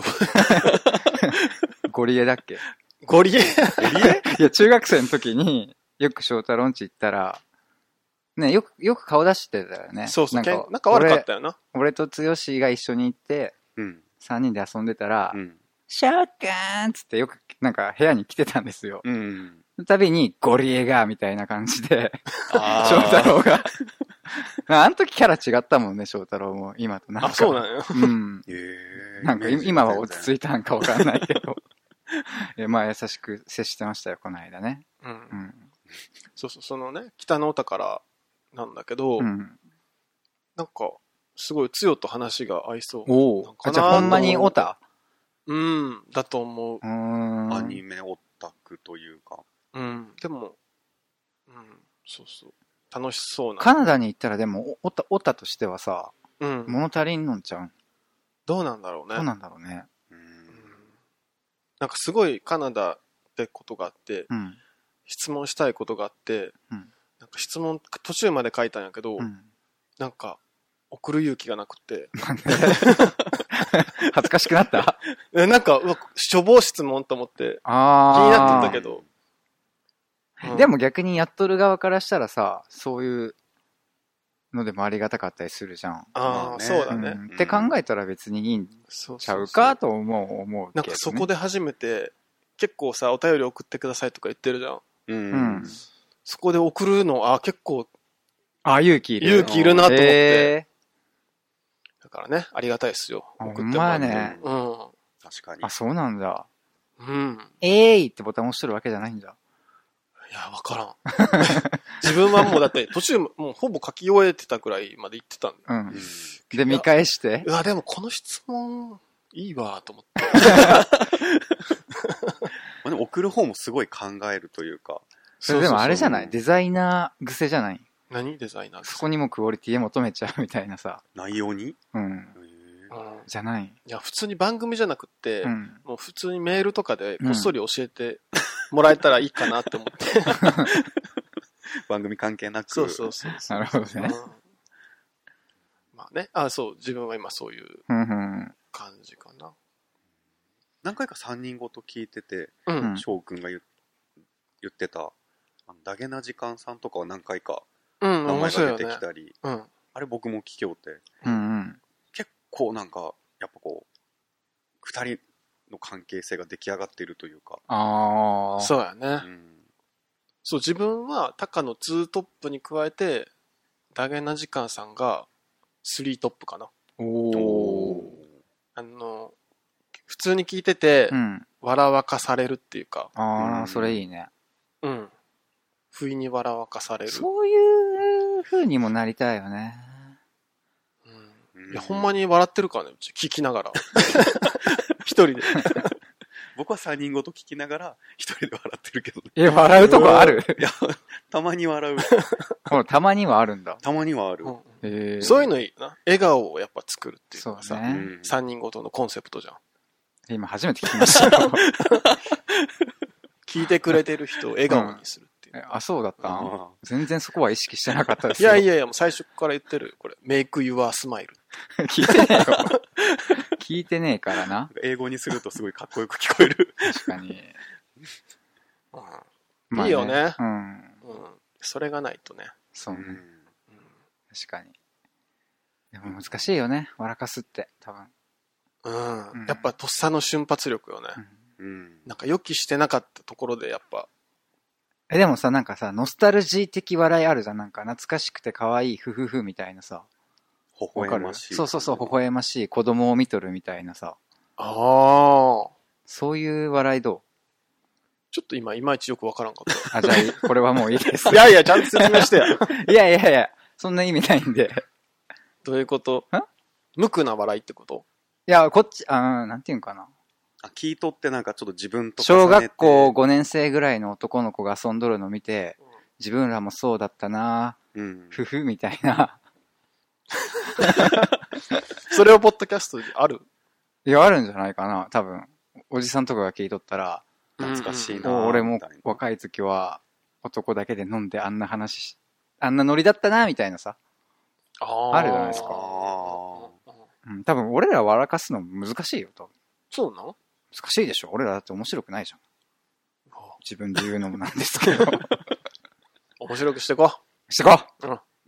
Speaker 2: 夫。
Speaker 1: ゴリエだっけ
Speaker 2: ゴリエ
Speaker 1: いや、中学生の時によく翔太郎んち行ったら、ね、よく、よく顔出してたよね。
Speaker 2: そうそう、
Speaker 1: なん
Speaker 2: けん
Speaker 1: か、
Speaker 2: なんか悪かったよな。
Speaker 1: 俺。俺と剛が一緒に行って、
Speaker 3: うん。
Speaker 1: 3人で遊んでたら
Speaker 3: う、ん。
Speaker 1: ショッカーンつってよくなんか部屋に来てたんですよ。
Speaker 3: うん。
Speaker 1: その度にゴリエがみたいな感じで、
Speaker 3: あ
Speaker 1: 翔太
Speaker 3: 郎。
Speaker 1: 郎が。 あの時キャラ違ったもんね、翔太郎も。今となんか。
Speaker 2: あ、そうなんや。
Speaker 1: うん。
Speaker 3: えー
Speaker 1: なんかい今は落ち着いたんかわかんないけど。 えまあ優しく接してましたよ、この間ね。
Speaker 2: う。
Speaker 1: うんん。
Speaker 2: そうそう、そのね、北のお宝なんだけど、
Speaker 1: うん、
Speaker 2: なんか、すごい、つよと話が合いそ
Speaker 1: お
Speaker 2: なん
Speaker 1: お。
Speaker 2: か
Speaker 1: あ
Speaker 2: な
Speaker 1: じゃあほんまにオタ
Speaker 2: う。うん、だと思う
Speaker 1: う。ーん。
Speaker 3: アニメオタクというか。
Speaker 2: うん。でも、うん、そうそう。楽しそうな。
Speaker 1: カナダに行ったらでもオタ、オタとしてはさ、
Speaker 2: うん。
Speaker 1: 物足りんのんちゃうん。
Speaker 2: どうなんだろうね。
Speaker 1: どうなんだろうね。
Speaker 3: う
Speaker 2: うん
Speaker 3: ん。
Speaker 2: なんかすごいカナダってことがあって、
Speaker 1: うん。
Speaker 2: 質問したいことがあって、
Speaker 1: うん
Speaker 2: なんか質問途中まで書いたんやけど、
Speaker 1: うん。
Speaker 2: なんか送る勇気がなくて
Speaker 1: 恥ずかしくなった
Speaker 2: えなんかうわしょぼい質問と思って気
Speaker 1: ああ。
Speaker 2: になってんだけど、うん
Speaker 1: でも逆にやっとる側からしたらさ、そういうのでもありがたかったりするじゃん。
Speaker 2: あ
Speaker 3: ま
Speaker 2: あ
Speaker 3: あね
Speaker 2: そうだね、
Speaker 1: うんって考えたら別にいいん
Speaker 2: そうそう
Speaker 1: ちゃうかと思う、思うけ
Speaker 2: な
Speaker 1: ど、ね。
Speaker 2: んかそこで初めて結構さお便り送ってくださいとか言ってるじゃん
Speaker 3: う
Speaker 1: うんん。。
Speaker 2: そこで送るのあ結構
Speaker 1: あ、勇気いる。
Speaker 2: 勇気いるなと思って、
Speaker 1: え
Speaker 2: だからねありがたいですよ
Speaker 1: あ
Speaker 2: 送ってもらって
Speaker 1: ほんまやね
Speaker 3: 確かに
Speaker 1: ー、あ、。そうなんだ。
Speaker 2: うん、うん、
Speaker 1: えーいってボタン押してるわけじゃないんだ。
Speaker 2: いや、わからん。 自分はもうだって途中もうほぼ書き終えてたくらいまで行ってたんで。
Speaker 1: うん。
Speaker 3: う
Speaker 1: で、見返して
Speaker 2: う。わ、でもこの質問、いいわ、と思って。
Speaker 3: ん。でも送る方もすごい考えるというか。
Speaker 1: それでもあれじゃな
Speaker 3: そ
Speaker 1: いうデザイナー癖じゃない
Speaker 2: 何デザイナーです
Speaker 1: そこにもクオリティ求めちゃうみたいなさ。
Speaker 3: 内容に
Speaker 1: うん。
Speaker 3: へー
Speaker 2: うんい
Speaker 1: じゃない。
Speaker 2: や、普通に番組じゃなくって、
Speaker 1: うん。
Speaker 2: もう普通にメールとかでこっそり教えてもらえたらいいかなって思って。
Speaker 3: 番組関係なく。
Speaker 2: そうそうそうそう。
Speaker 1: なるほどね
Speaker 2: うんまあね、あそう、自分は今そういう
Speaker 1: うんうん。
Speaker 2: 感じかな。
Speaker 3: 何回か3人ごと聞いてて、
Speaker 2: うん。
Speaker 1: うん
Speaker 3: 翔くんが言う言ってた、あのダゲな時間さんとかは何回か
Speaker 2: うん、
Speaker 3: 名
Speaker 2: 面
Speaker 3: 前
Speaker 2: 白い
Speaker 3: が
Speaker 2: よ
Speaker 3: 出
Speaker 2: ね
Speaker 3: てき。たり、
Speaker 2: うん。
Speaker 3: あれ僕も聞きよって、
Speaker 1: うんうん。
Speaker 3: 結構なんか、やっぱこう、2人の関係性が出来上がってるというか、
Speaker 1: ああ。
Speaker 2: そうやね
Speaker 3: う。ん、
Speaker 2: そう、自分は高の2トップに加えて、ダゲナ時間さんが3トップかな。
Speaker 1: おー。
Speaker 2: あの、普通に聞いてて、
Speaker 1: うん。
Speaker 2: 笑わかされるっていうか、
Speaker 1: あ
Speaker 3: う
Speaker 1: あ、
Speaker 3: ん
Speaker 1: それいいね。
Speaker 2: うん。不意に笑わかされる。
Speaker 1: そういう風にもなりたいよね。
Speaker 2: うん
Speaker 3: うん
Speaker 2: いや、ほんまに笑ってるからね、うち聞き ながら。一人で。
Speaker 3: 僕は3人ごと聞きながら、一人で笑ってるけどね、
Speaker 1: え、笑うとこあ る
Speaker 3: いや、たま に笑う。
Speaker 1: ほらたまにはあるんだ。
Speaker 3: たまにはある。
Speaker 2: うん
Speaker 1: ええ。
Speaker 2: そういうのいいな。笑顔をやっぱ作るっていう
Speaker 1: そう
Speaker 2: のが
Speaker 1: ね
Speaker 2: さ、。
Speaker 3: うん
Speaker 2: 三人ごとのコンセプトじゃん。
Speaker 1: 今初めて聞きましたよ。
Speaker 2: 聞いてくれてる人を笑顔にするっていう。
Speaker 1: え あ、そうだったん
Speaker 3: あ
Speaker 1: 全然そこは意識してなかったです
Speaker 2: いやい
Speaker 1: や、
Speaker 2: やいや、もう最初から言ってる。これ、make your smile。
Speaker 1: 聞いてねえよ。 聞いてねえからな
Speaker 3: あ。英語にするとすごいかっこよく聞こえる。
Speaker 1: 確かに。
Speaker 2: うん
Speaker 1: まあ
Speaker 2: いいよね
Speaker 1: うん。
Speaker 2: うん。それがないとね。
Speaker 1: そうね。
Speaker 2: うん
Speaker 1: 確かに。でも難しいよね。笑かすって、多分。
Speaker 2: うん
Speaker 1: うん
Speaker 2: やっぱとっさの瞬発力よね。
Speaker 1: うん
Speaker 3: うん
Speaker 2: なんか予期してなかったところでやっぱ、
Speaker 1: え、でもさ、なんかさ、ノスタルジー的笑いあるじゃん。なんか懐かしくて可愛い、ふふふみたいなさ。
Speaker 3: 微
Speaker 1: わか
Speaker 3: 笑
Speaker 1: る
Speaker 3: ましい。
Speaker 1: そうそうそう、微笑ましい、子供を見とるみたいなさ。
Speaker 2: ああ、ちょ
Speaker 1: そういう笑いど
Speaker 2: っと今いまいちよくわからんかっ
Speaker 1: うあ、じゃあ、 これはもういい です
Speaker 2: た。。いやいや、ちゃんと説明 してや。
Speaker 1: いやいやいや、そんな意味ないんで。
Speaker 2: どういうこと
Speaker 1: ん
Speaker 2: 無垢な笑いってこと
Speaker 1: いや、こっち、あーなんていうんかな。
Speaker 3: あ、聞いとってなんかちょっと自分と
Speaker 1: 小
Speaker 3: 重ねて
Speaker 1: 学校、5年生ぐらいの男の子が遊んどるの見て、自分らもそうだったな
Speaker 3: うん
Speaker 1: ふふみたいな。
Speaker 2: それをポッドキャストである
Speaker 1: いや、あるんじゃないかな、多分。おじさんとかが聞いとったら、
Speaker 3: 懐かしい
Speaker 2: うん
Speaker 3: な
Speaker 1: お俺も
Speaker 3: みたいな
Speaker 1: 若い時は男だけで飲んであんな話し、あんなノリだったな、みたいなさ。
Speaker 2: あ
Speaker 1: あるじゃないですか
Speaker 2: あー
Speaker 1: うん、多分俺ら笑かすの難しいよ、多分。
Speaker 2: そうなの
Speaker 1: 難しいでしょ俺らだって面白くないじゃん。
Speaker 2: あ
Speaker 1: 自分で言うのもなんですけ ど。
Speaker 2: 面白くしてこ
Speaker 1: してこ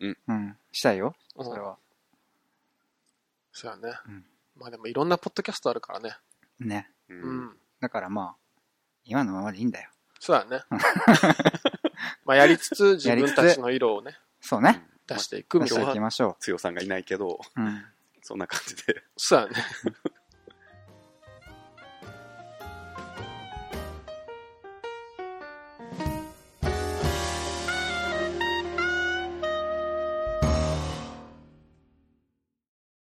Speaker 3: ううん。
Speaker 1: うん。したいよ、
Speaker 2: う。うん
Speaker 1: それは。
Speaker 2: そうやね
Speaker 1: うん。
Speaker 2: まあでもいろんなポッドキャストあるからね。
Speaker 1: ね。
Speaker 3: う。
Speaker 2: うんん。
Speaker 1: だからまあ、今のままでいいんだよ。
Speaker 2: そうや ね。まあやりつつ自分たちの色をね、
Speaker 1: そうね。
Speaker 2: 出していく
Speaker 1: 出
Speaker 2: み
Speaker 1: したて
Speaker 2: い
Speaker 1: い
Speaker 2: な
Speaker 1: き。ましょ
Speaker 3: 強さんがいないけど、
Speaker 1: う。うん。
Speaker 3: そんな感じで。
Speaker 2: そうやね。